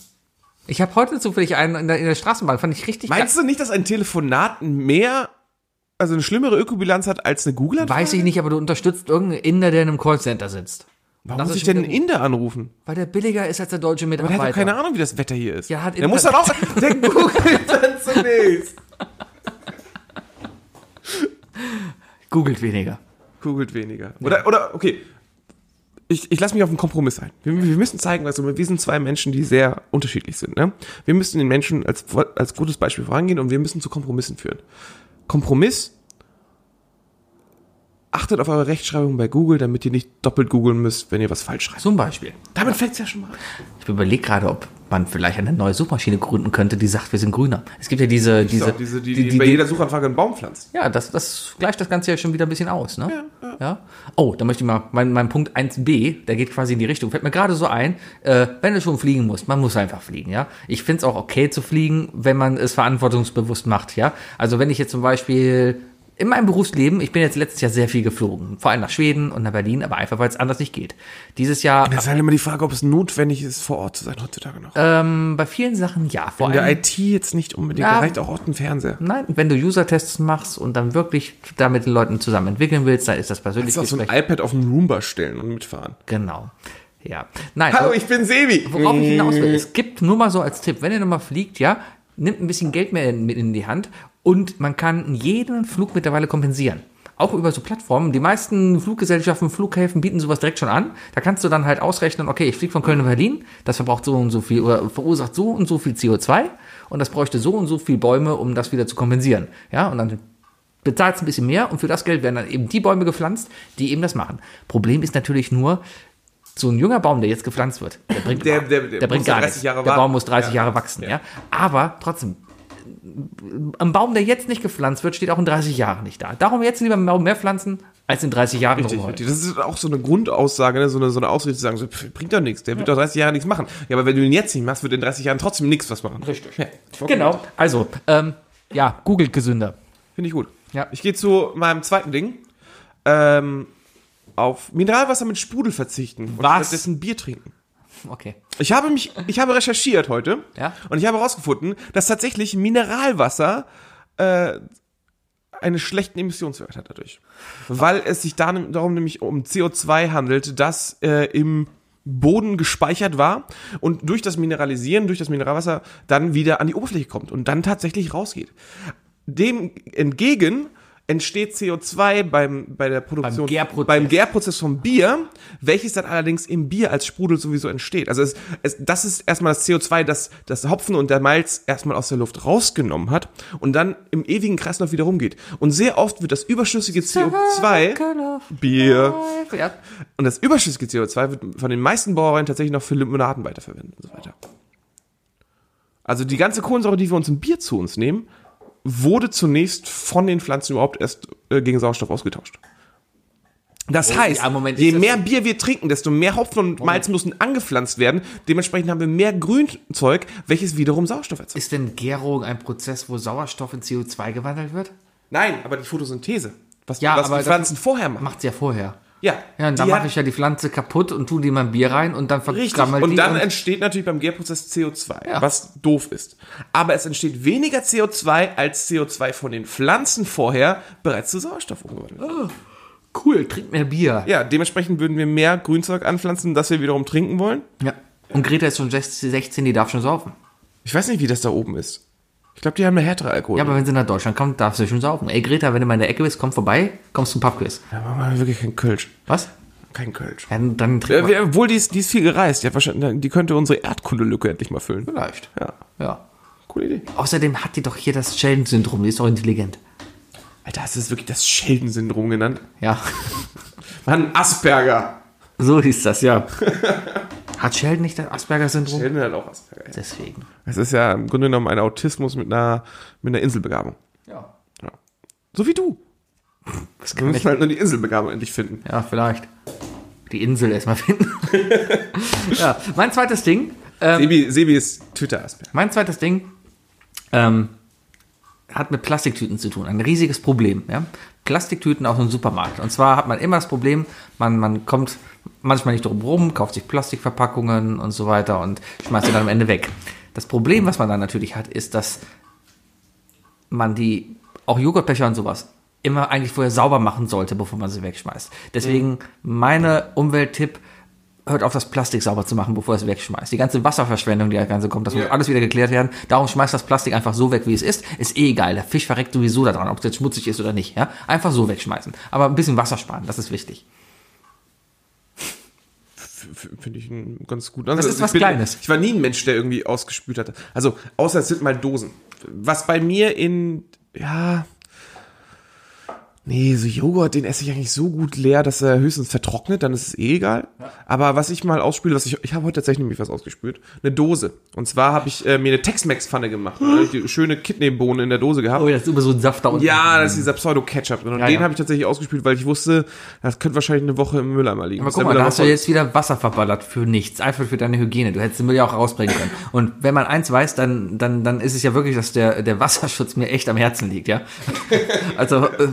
S3: Ich habe heute zufällig einen in der, in der Straßenbahn, fand ich richtig
S4: Meinst du nicht, dass ein Telefonat mehr, also eine schlimmere Ökobilanz hat als eine Google?
S3: Weiß ich nicht, aber du unterstützt irgendeinen Inder, der in einem Callcenter sitzt.
S4: Warum
S3: Das
S4: muss
S3: ist
S4: ich denn einen
S3: schon wieder
S4: Inder anrufen?
S3: gut. Weil der billiger ist als der deutsche
S4: Aber der
S3: Mitarbeiter.
S4: hat doch keine Ahnung, wie das Wetter hier ist.
S3: Ja, hat
S4: der muss dann
S3: Internet.
S4: [laughs] auch. Der googelt dann zunächst.
S3: Googelt weniger.
S4: Googelt weniger. Oder, oder okay. Ich, ich lasse mich auf einen Kompromiss ein. Wir, wir müssen zeigen, also wir sind zwei Menschen, die sehr unterschiedlich sind. Ne? Wir müssen den Menschen als, vor- als gutes Beispiel vorangehen und wir müssen zu Kompromissen führen. Kompromiss. Achtet auf eure Rechtschreibung bei Google, damit ihr nicht doppelt googeln müsst, wenn ihr was falsch schreibt.
S3: Zum Beispiel.
S4: Damit fängt's ja schon mal an.
S3: Ich überlege gerade, ob man vielleicht eine neue Suchmaschine gründen könnte, die sagt, wir sind grüner. Es gibt ja diese, diese,
S4: Doch, diese, die, die, bei jeder Suchanfrage einen Baum pflanzt.
S3: ja, das, das gleicht das Ganze ja schon wieder ein bisschen aus, ne? Ja. Oh, da möchte ich mal, mein, mein Punkt 1b, der geht quasi in die Richtung, fällt mir gerade so ein, äh, wenn du schon fliegen musst, man muss einfach fliegen, ja? Ich finde es auch okay zu fliegen, wenn man es verantwortungsbewusst macht, ja? Also wenn ich jetzt zum Beispiel in meinem Berufsleben, ich bin jetzt letztes Jahr sehr viel geflogen, vor allem nach Schweden und nach Berlin, aber einfach, weil es anders nicht geht. Dieses Jahr
S4: Das ist halt immer die Frage, ob es notwendig ist, vor Ort zu sein heutzutage noch.
S3: ähm, bei vielen Sachen ja, vor
S4: In
S3: allem
S4: der IT jetzt nicht unbedingt,
S3: Ja.
S4: da reicht auch Ort ein Fernseher.
S3: Nein, wenn du User-Tests machst und dann wirklich da mit den Leuten zusammen entwickeln willst, dann ist das persönlich
S4: Kannst auch so ein
S3: Gespräch.
S4: iPad auf den Roomba stellen und mitfahren.
S3: genau. Ja. Nein,
S4: Hallo,
S3: aber
S4: ich bin Sebi.
S3: worauf ich hinaus will, es gibt nur mal so als Tipp, wenn ihr nochmal fliegt, ja, nimmt ein bisschen Geld mehr in, mit in die Hand und man kann jeden Flug mittlerweile kompensieren. Auch über so Plattformen. Die meisten Fluggesellschaften, Flughäfen bieten sowas direkt schon an. Da kannst du dann halt ausrechnen, okay, ich fliege von Köln nach Berlin, das verbraucht so und so viel oder verursacht so und so viel CO2 und das bräuchte so und so viel Bäume, um das wieder zu kompensieren. Ja, und dann bezahlst ein bisschen mehr und für das Geld werden dann eben die Bäume gepflanzt, die eben das machen. Problem ist natürlich nur, so ein junger Baum, der jetzt gepflanzt wird, der bringt,
S4: Der- der-
S3: der
S4: der muss
S3: bringt gar
S4: 30
S3: nichts.
S4: Jahre
S3: der Baum
S4: warten.
S3: muss 30
S4: Ja.
S3: Jahre wachsen, ja.
S4: Ja.
S3: Aber trotzdem, ein Baum, der jetzt nicht gepflanzt wird, steht auch in 30 Jahren nicht da. Darum jetzt lieber einen Baum mehr pflanzen, als in 30 Jahren
S4: Richtig,
S3: rumheulen.
S4: richtig. Das ist auch so eine Grundaussage, ne? so, eine, so eine Ausrede zu sagen, so, pff, bringt doch nichts, der wird doch 30 Jahre nichts machen. Ja, aber wenn du ihn jetzt nicht machst, wird in 30 Jahren trotzdem nichts was machen. Richtig. Ja,
S3: Genau, also, ähm, ja, googelt gesünder.
S4: Finde ich gut.
S3: Ja.
S4: Ich gehe zu meinem zweiten Ding. Ähm, auf Mineralwasser mit Sprudel verzichten und
S3: Was?
S4: stattdessen Bier trinken.
S3: Okay.
S4: Ich habe mich, ich habe recherchiert heute
S3: Ja.
S4: und ich habe herausgefunden, dass tatsächlich Mineralwasser äh, einen schlechten Emissionswert hat dadurch. Weil es sich da, darum nämlich um CO2 handelt, das äh, im Boden gespeichert war und durch das Mineralisieren, durch das Mineralwasser dann wieder an die Oberfläche kommt und dann tatsächlich rausgeht. Dem entgegen entsteht CO2 beim, bei der Produktion,
S3: Gärprozess.
S4: beim Gärprozess vom Bier, welches dann allerdings im Bier als Sprudel sowieso entsteht. Also es, es, das ist erstmal das CO2, das das Hopfen und der Malz erstmal aus der Luft rausgenommen hat und dann im ewigen Kreislauf wieder rumgeht. Und sehr oft wird das überschüssige CO2 Bier
S3: Ja.
S4: und das überschüssige CO2 wird von den meisten Brauereien tatsächlich noch für Limonaden weiterverwendet und so weiter. Also die ganze Kohlensäure, die wir uns im Bier zu uns nehmen, wurde zunächst von den Pflanzen überhaupt erst äh, gegen Sauerstoff ausgetauscht. Das heißt,
S3: Oh, ja, Moment,
S4: je
S3: ist das-
S4: mehr Bier wir trinken, desto mehr Hopfen und Malz müssen angepflanzt werden. Dementsprechend haben wir mehr Grünzeug, welches wiederum Sauerstoff erzeugt.
S3: Ist denn Gärung ein Prozess, wo Sauerstoff in CO2 gewandelt wird?
S4: Nein, aber die Photosynthese, was,
S3: Ja,
S4: was
S3: aber
S4: die
S3: das-
S4: Pflanzen vorher machen.
S3: Macht's ja vorher.
S4: Ja,
S3: Ja, und dann
S4: die
S3: mache
S4: hat-
S3: ich ja die Pflanze kaputt und tu die mal ein Bier rein und dann
S4: Richtig.
S3: verkrammelt die.
S4: Und dann entsteht natürlich beim Gärprozess CO2,
S3: Ja.
S4: was doof ist. Aber es entsteht weniger CO2, als CO2 von den Pflanzen vorher bereits zu Sauerstoff umgewandelt wird.
S3: Ah, cool, trink mehr Bier.
S4: Ja, dementsprechend würden wir mehr Grünzeug anpflanzen, das wir wiederum trinken wollen.
S3: Ja. Und Greta ist schon 16, 16, die darf schon saufen.
S4: Ich weiß nicht, wie das da oben ist. Ich glaube, die haben eine härtere Alkohol.
S3: Ja, aber wenn sie nach Deutschland kommt, darf sie schon saufen. Ey Greta, wenn du mal in der Ecke bist, komm vorbei, kommst zum Pubquiz.
S4: da machen wir wirklich kein Kölsch.
S3: Was?
S4: Kein Kölsch.
S3: Ja, dann trink
S4: Äh,
S3: mal.
S4: wir- Obwohl, die ist, die ist viel gereist. Die, hat wahrscheinlich, die könnte unsere Erdkundelücke endlich mal füllen.
S3: Vielleicht.
S4: Ja,
S3: Ja.
S4: coole Idee.
S3: Außerdem hat die doch hier das Sheldon-Syndrom, die ist doch intelligent.
S4: Alter, hast du das wirklich das Sheldon-Syndrom genannt?
S3: Ja, [laughs]
S4: Mann, Asperger.
S3: so hieß das,
S4: [laughs]
S3: ja. Hat Sheldon nicht das Asperger-Syndrom?
S4: Sheldon hat auch Asperger.
S3: Deswegen.
S4: Es ist ja im Grunde genommen ein Autismus mit einer, mit einer Inselbegabung.
S3: Ja.
S4: So wie du.
S3: Das
S4: Wir
S3: kann
S4: müssen
S3: ich,
S4: halt nur die Inselbegabung endlich finden.
S3: ja, vielleicht. Die Insel erstmal
S4: [laughs]
S3: finden. ja, mein zweites Ding. Ähm,
S4: Sebi, Sebi ist Twitter-Asperger.
S3: mein zweites Ding ähm, hat mit Plastiktüten zu tun. Ein riesiges Problem. Ja? Plastiktüten aus dem Supermarkt. Und zwar hat man immer das Problem, man, man kommt manchmal nicht drum rum, kauft sich Plastikverpackungen und so weiter und schmeißt sie dann am Ende weg. Das Problem, was man dann natürlich hat, ist, dass man die, auch Joghurtbecher und sowas, immer eigentlich vorher sauber machen sollte, bevor man sie wegschmeißt. Deswegen meine Umwelttipp, hört auf, das Plastik sauber zu machen, bevor ihr es wegschmeißt. Die ganze Wasserverschwendung, die da ganze kommt, das muss alles wieder geklärt werden. Darum schmeißt das Plastik einfach so weg, wie es ist. Ist eh egal. Der Fisch verreckt sowieso da dran, ob es jetzt schmutzig ist oder nicht. Ja? Einfach so wegschmeißen. Aber ein bisschen Wasser sparen, das ist wichtig.
S4: F- Finde ich einen ganz guten Ansatz.
S3: Das ist
S4: Also ich
S3: was Kleines.
S4: Ich war nie ein Mensch, der irgendwie ausgespült hatte. Also, außer es sind mal Dosen. Was bei mir in, ja, nee, so Joghurt, den esse ich eigentlich so gut leer, dass er höchstens vertrocknet, dann ist es eh egal. Aber was ich mal ausspüle, was ich, ich habe heute tatsächlich nämlich was ausgespült, eine Dose. Und zwar habe ich äh, mir eine Tex-Mex-Pfanne gemacht. Da hab ich die schöne Kidneybohnen in der Dose gehabt.
S3: Oh, das ist immer so ein Saft da unten.
S4: Ja, das ist dieser Pseudo-Ketchup drin. Und
S3: Ja,
S4: den
S3: ja.
S4: habe ich tatsächlich ausgespielt, weil ich wusste, das könnte wahrscheinlich eine Woche im Mülleimer liegen.
S3: Aber
S4: Ist
S3: guck
S4: der
S3: mal, da
S4: Mülleimer
S3: hast du
S4: voll?
S3: jetzt wieder Wasser verballert für nichts. Einfach für deine Hygiene. Du hättest den Müll ja auch rausbringen können. Und wenn man eins weiß, dann, dann, dann ist es ja wirklich, dass der, der Wasserschutz mir echt am Herzen liegt,
S4: [laughs]
S3: ja? Also, äh,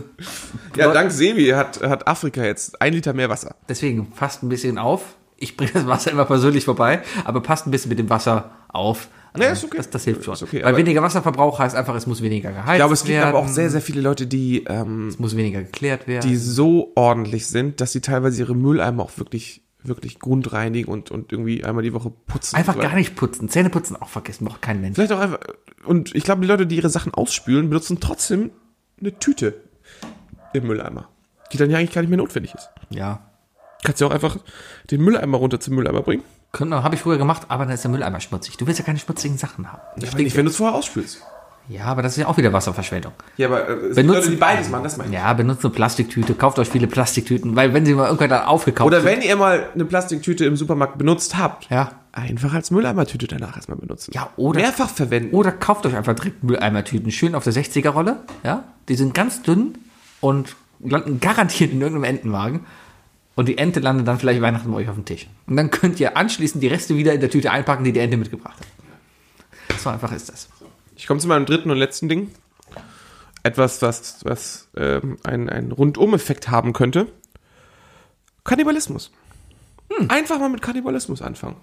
S4: Ja, dank Sebi hat, hat Afrika jetzt ein Liter mehr Wasser.
S3: deswegen passt ein bisschen auf. Ich bringe das Wasser immer persönlich vorbei, aber passt ein bisschen mit dem Wasser auf.
S4: Ja,
S3: Äh,
S4: ist okay.
S3: Das, das hilft schon.
S4: Ist okay,
S3: Weil
S4: aber-
S3: weniger Wasserverbrauch heißt einfach, es muss weniger geheizt werden.
S4: Ich glaube, es gibt aber auch sehr, sehr viele Leute, die, ähm,
S3: Es muss weniger geklärt werden.
S4: die so ordentlich sind, dass sie teilweise ihre Mülleimer auch wirklich, wirklich grundreinigen und, und irgendwie einmal die Woche putzen.
S3: einfach gar nicht putzen. Zähne putzen auch vergessen, braucht kein Mensch.
S4: Vielleicht auch einfach. Und ich glaube, die Leute, die ihre Sachen ausspülen, benutzen trotzdem eine Tüte im Mülleimer. Die dann ja eigentlich gar nicht mehr notwendig ist.
S3: Ja.
S4: Kannst ja auch einfach den Mülleimer runter zum Mülleimer bringen.
S3: Genau, Habe ich früher gemacht, aber dann ist der Mülleimer schmutzig. Du willst ja keine schmutzigen Sachen haben.
S4: Ich nicht, wenn du es vorher ausspülst.
S3: Ja, aber das ist ja auch wieder Wasserverschwendung.
S4: Ja, aber äh, es gibt
S3: Benutzt-
S4: Leute, die beides machen, das meine ich.
S3: Ja, benutzt eine Plastiktüte, kauft euch viele Plastiktüten, weil wenn sie mal irgendwann dann aufgekauft
S4: Oder
S3: sind-
S4: wenn ihr mal eine Plastiktüte im Supermarkt benutzt habt,
S3: Ja.
S4: einfach als Mülleimertüte danach erstmal benutzen.
S3: Ja, oder-
S4: Mehrfach verwenden.
S3: Oder kauft euch einfach direkt Mülleimertüten, schön auf der 60er-Rolle, ja? Die sind ganz dünn und landen garantiert in irgendeinem Entenwagen. Und die Ente landet dann vielleicht Weihnachten bei euch auf dem Tisch. Und dann könnt ihr anschließend die Reste wieder in der Tüte einpacken, die die Ente mitgebracht hat. So einfach ist das.
S4: Ich komme zu meinem dritten und letzten Ding. Etwas, was, was ähm, einen, einen Rundum-Effekt haben könnte. Kannibalismus.
S3: Hm.
S4: Einfach mal mit Kannibalismus anfangen.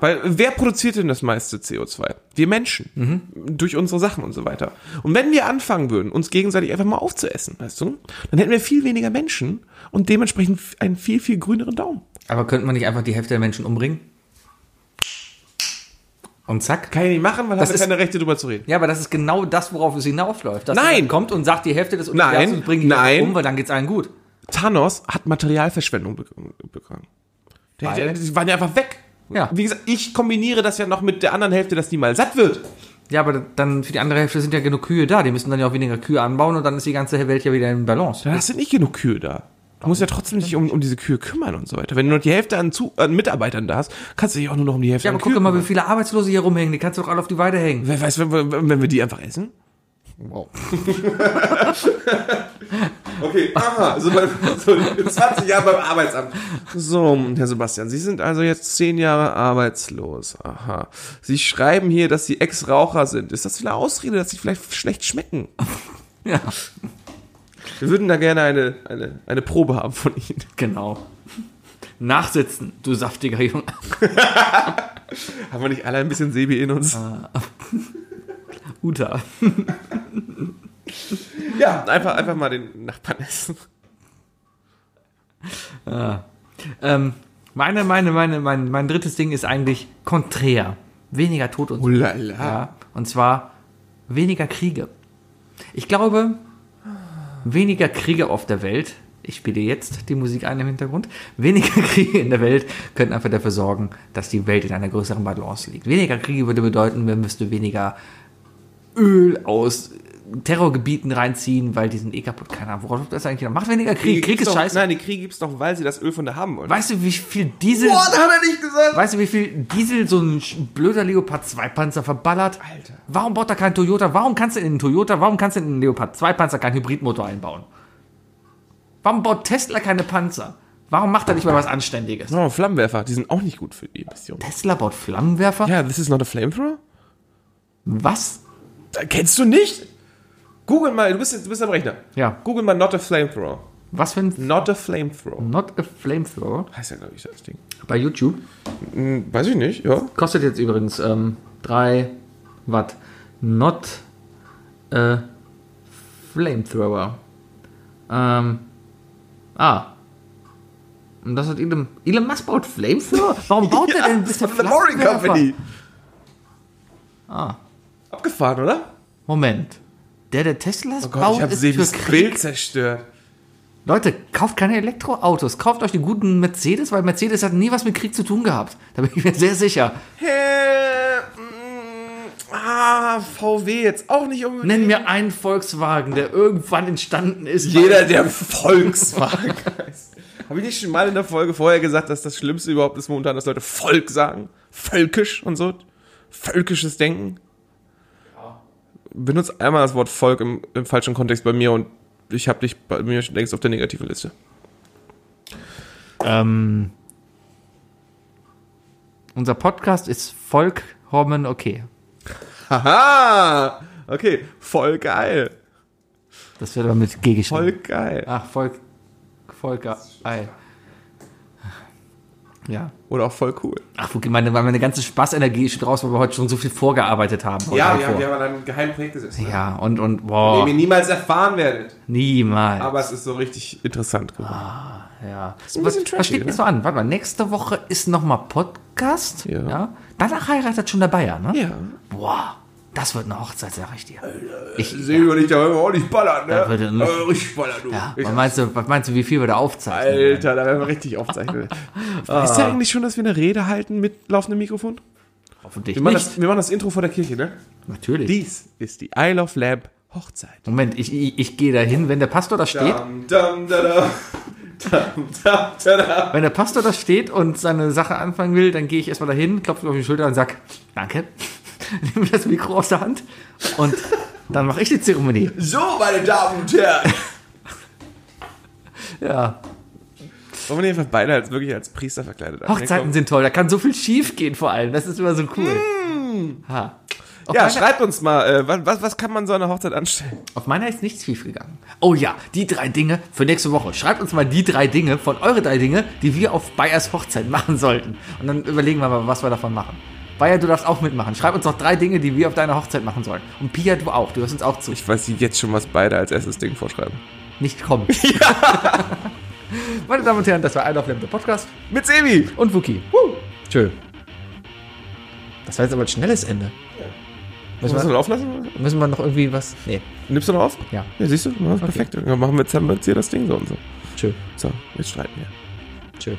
S4: Weil äh, wer produziert denn das meiste CO2? Wir Menschen.
S3: Mhm.
S4: Durch unsere Sachen und so weiter. Und wenn wir anfangen würden, uns gegenseitig einfach mal aufzuessen, weißt du, dann hätten wir viel weniger Menschen und dementsprechend einen viel, viel grüneren Daumen.
S3: Aber könnte man nicht einfach die Hälfte der Menschen umbringen? Und zack.
S4: Kann ich nicht machen, weil
S3: Das
S4: haben wir
S3: ist-
S4: keine Rechte drüber zu reden.
S3: Ja, aber das ist genau das, worauf es hinaufläuft. Dass
S4: Nein!
S3: jemand kommt und sagt die Hälfte des Universums
S4: Nein,
S3: bringt die
S4: nein.
S3: um, weil dann geht's allen gut.
S4: Thanos hat Materialverschwendung be- begangen. Der,
S3: Weil?
S4: der, die waren ja einfach weg.
S3: Ja.
S4: Wie gesagt, ich kombiniere das ja noch mit der anderen Hälfte, dass die mal satt wird.
S3: Ja, aber dann für die andere Hälfte sind ja genug Kühe da. Die müssen dann ja auch weniger Kühe anbauen und dann ist die ganze Welt ja wieder in Balance.
S4: Da sind nicht genug Kühe da. Du musst ja trotzdem dich um, um diese Kühe kümmern und so weiter. Wenn du nur die Hälfte an, Zu an Mitarbeitern da hast, kannst du dich auch nur noch um die Hälfte
S3: Ja,
S4: an
S3: aber guck
S4: Kühen
S3: doch mal, wie
S4: kümmern.
S3: viele Arbeitslose hier rumhängen. Die kannst du doch alle auf die Weide
S4: [laughs]
S3: hängen.
S4: Wer weiß, wenn, wir- wenn wir die einfach essen?
S3: Wow.
S4: [laughs] Okay, aha, so, beim, so in 20 Jahren beim Arbeitsamt. So, Herr Sebastian, Sie sind also jetzt 10 Jahre arbeitslos. Aha. Sie schreiben hier, dass Sie Ex-Raucher sind. Ist das eine Ausrede, dass Sie vielleicht schlecht schmecken?
S3: Ja,
S4: Wir würden da gerne eine, eine, eine Probe haben von Ihnen.
S3: genau. Nachsitzen, du saftiger Junge. [laughs]
S4: Haben wir nicht alle ein bisschen Sebi in uns?
S3: Uta.
S4: Ja, einfach, einfach mal den Nachbarn essen.
S3: Ähm, meine, meine, meine, mein, mein drittes Ding ist eigentlich konträr. Weniger Tod und
S4: Ulala.
S3: Ja, und zwar weniger Kriege. Ich glaube, weniger Kriege auf der Welt. Ich spiele jetzt die Musik ein im Hintergrund. Weniger [laughs] Kriege in der Welt könnten einfach dafür sorgen, dass die Welt in einer größeren Balance liegt. Weniger Kriege würde bedeuten, wir müssten weniger Öl aus Terrorgebieten reinziehen, weil die sind eh kaputt. Keine Ahnung, worauf das eigentlich? Macht weniger Krieg. Krieg ist
S4: doch,
S3: scheiße.
S4: Nein, den Krieg gibt's doch, weil sie das Öl von da haben wollen.
S3: Weißt du, wie viel Diesel,
S4: da hat er nicht gesagt.
S3: weißt du, wie viel Diesel so ein sch- blöder Leopard 2 Panzer verballert?
S4: Alter.
S3: Warum baut er keinen Toyota? Warum kannst du in einen Toyota, warum kannst du in einen Leopard 2 Panzer keinen Hybridmotor einbauen? Warum baut Tesla keine Panzer? Warum macht er nicht mal was Anständiges?
S4: Oh, Flammenwerfer, die sind auch nicht gut für die Mission.
S3: Tesla baut Flammenwerfer?
S4: Ja, this is not a flamethrower?
S3: Was?
S4: Da Kennst du nicht? Google mal, du bist, jetzt- du bist am Rechner.
S3: Ja.
S4: Google mal not a flamethrower.
S3: Was für ein
S4: Not a flamethrower.
S3: Not a Flamethrower
S4: Heißt ja, glaube ich, das Ding.
S3: bei YouTube?
S4: Hm, Weiß ich nicht, ja.
S3: Kostet jetzt übrigens ähm, 3 Watt. Not äh, Flamethrower. Ähm, ah. Und das hat Elon, Elon Musk baut Flamethrower? Warum baut
S4: [laughs]
S3: er denn diese
S4: Von The Boring
S3: Flammenwerfer?
S4: Company. Ah. Abgefahren, oder?
S3: Moment. Der, der Teslas
S4: Oh Gott,
S3: baut,
S4: ich habe
S3: ist für
S4: Sebis
S3: Krieg.
S4: Bild zerstört.
S3: Leute, kauft keine Elektroautos. Kauft euch den guten Mercedes, weil Mercedes hat nie was mit Krieg zu tun gehabt. Da bin ich mir sehr sicher.
S4: Hä? mm, Ah, VW jetzt auch nicht unbedingt.
S3: Nenn mir einen Volkswagen, der irgendwann entstanden ist. weil-
S4: Jeder, der Volkswagen heißt. Habe ich nicht schon mal in der Folge vorher gesagt, dass das Schlimmste überhaupt ist momentan, dass Leute Volk sagen? Völkisch und so? Völkisches Denken? Benutzt einmal das Wort Volk im, im falschen Kontext bei mir und ich habe dich bei mir schon längst auf der negativen Liste.
S3: Ähm, unser Podcast ist Volk, Hormen, okay.
S4: Haha! Okay, voll geil.
S3: Das wird aber mit G geschrieben.
S4: Voll geil.
S3: Ach, Volk. Volker. Ei. Ja.
S4: Oder auch voll cool.
S3: Ach, okay, meine, meine ganze Spaßenergie ist schon raus, weil wir heute schon so viel vorgearbeitet haben. Heute vor.
S4: an einem geheimen Projekt gesessen. ne?
S3: ja, und, und, boah,
S4: Den ihr niemals erfahren werdet.
S3: niemals.
S4: Aber es ist so richtig interessant geworden.
S3: ja. Ist
S4: ein
S3: was,
S4: bisschen trashy,
S3: was steht denn
S4: ne?
S3: so an? Warte mal, nächste Woche ist nochmal Podcast.
S4: Ja.
S3: Danach heiratet schon der Bayer, ne?
S4: Ja.
S3: Boah, das wird eine Hochzeit, sag ich dir.
S4: Äh,
S3: Ich,
S4: Sebi und ich, da wollen wir auch nicht ballern, ne?
S3: Da würde noch-
S4: Aber richtig ballern, du.
S3: Ja,
S4: Ich-
S3: Ah, was meinst, du, was meinst du, wie viel wir da aufzeichnen?
S4: Alter, da werden wir
S3: [laughs]
S4: richtig aufzeichnen. Weißt du eigentlich schon, dass wir eine Rede halten mit laufendem Mikrofon?
S3: Hoffentlich
S4: Wir machen,
S3: nicht.
S4: das, wir machen das Intro vor der Kirche, ne?
S3: Natürlich.
S4: Dies ist die Isle of Lamp Hochzeit.
S3: Moment, ich, ich, ich gehe da hin, wenn der Pastor da steht.
S4: Dam, dam, da, da. Dam, dam, da, da.
S3: Wenn der Pastor da steht und seine Sache anfangen will, dann gehe ich erstmal dahin, klopfe auf die Schulter und sag, danke. [laughs] Nimm das Mikro aus der Hand und dann mache ich die Zeremonie.
S4: So, meine Damen und Herren.
S3: Ja,
S4: Wollen wir die einfach beide als, wirklich als Priester verkleidet ankommen?
S3: Hochzeiten sind toll, da kann so viel schief gehen vor allem. Das ist immer so cool. Ha. Auf,
S4: Hm. Ja,
S3: meiner,
S4: schreibt uns mal, äh, was- was, was kann man so an einer Hochzeit anstellen?
S3: auf meiner ist nichts schief gegangen. Oh ja, die drei Dinge für nächste Woche. Schreibt uns mal die drei Dinge von eure drei Dinge, die wir auf Bayers Hochzeit [laughs] machen sollten. Und dann überlegen wir mal, was wir davon machen. Bayer, du darfst auch mitmachen. Schreib uns noch drei Dinge, die wir auf deiner Hochzeit machen sollen. Und Pia, du auch. Du hörst uns auch zu.
S4: Ich weiß jetzt schon, was beide als erstes Ding vorschreiben.
S3: nicht kommen. [laughs] Meine Damen und Herren, das war Ein auf Lampe Podcast
S4: Mit Sebi!
S3: und Wookie. Tschö. Das war jetzt aber ein schnelles Ende. Müssen
S4: Muss man
S3: wir,
S4: laufen lassen?
S3: müssen wir noch irgendwie was. Nee,
S4: Nimmst du noch auf?
S3: Ja.
S4: Ja, siehst du? ne? Ja, Perfekt. Dann machen wir jetzt haben wir jetzt hier das Ding so und so.
S3: tschö,
S4: So, jetzt streiten wir.
S3: tschö.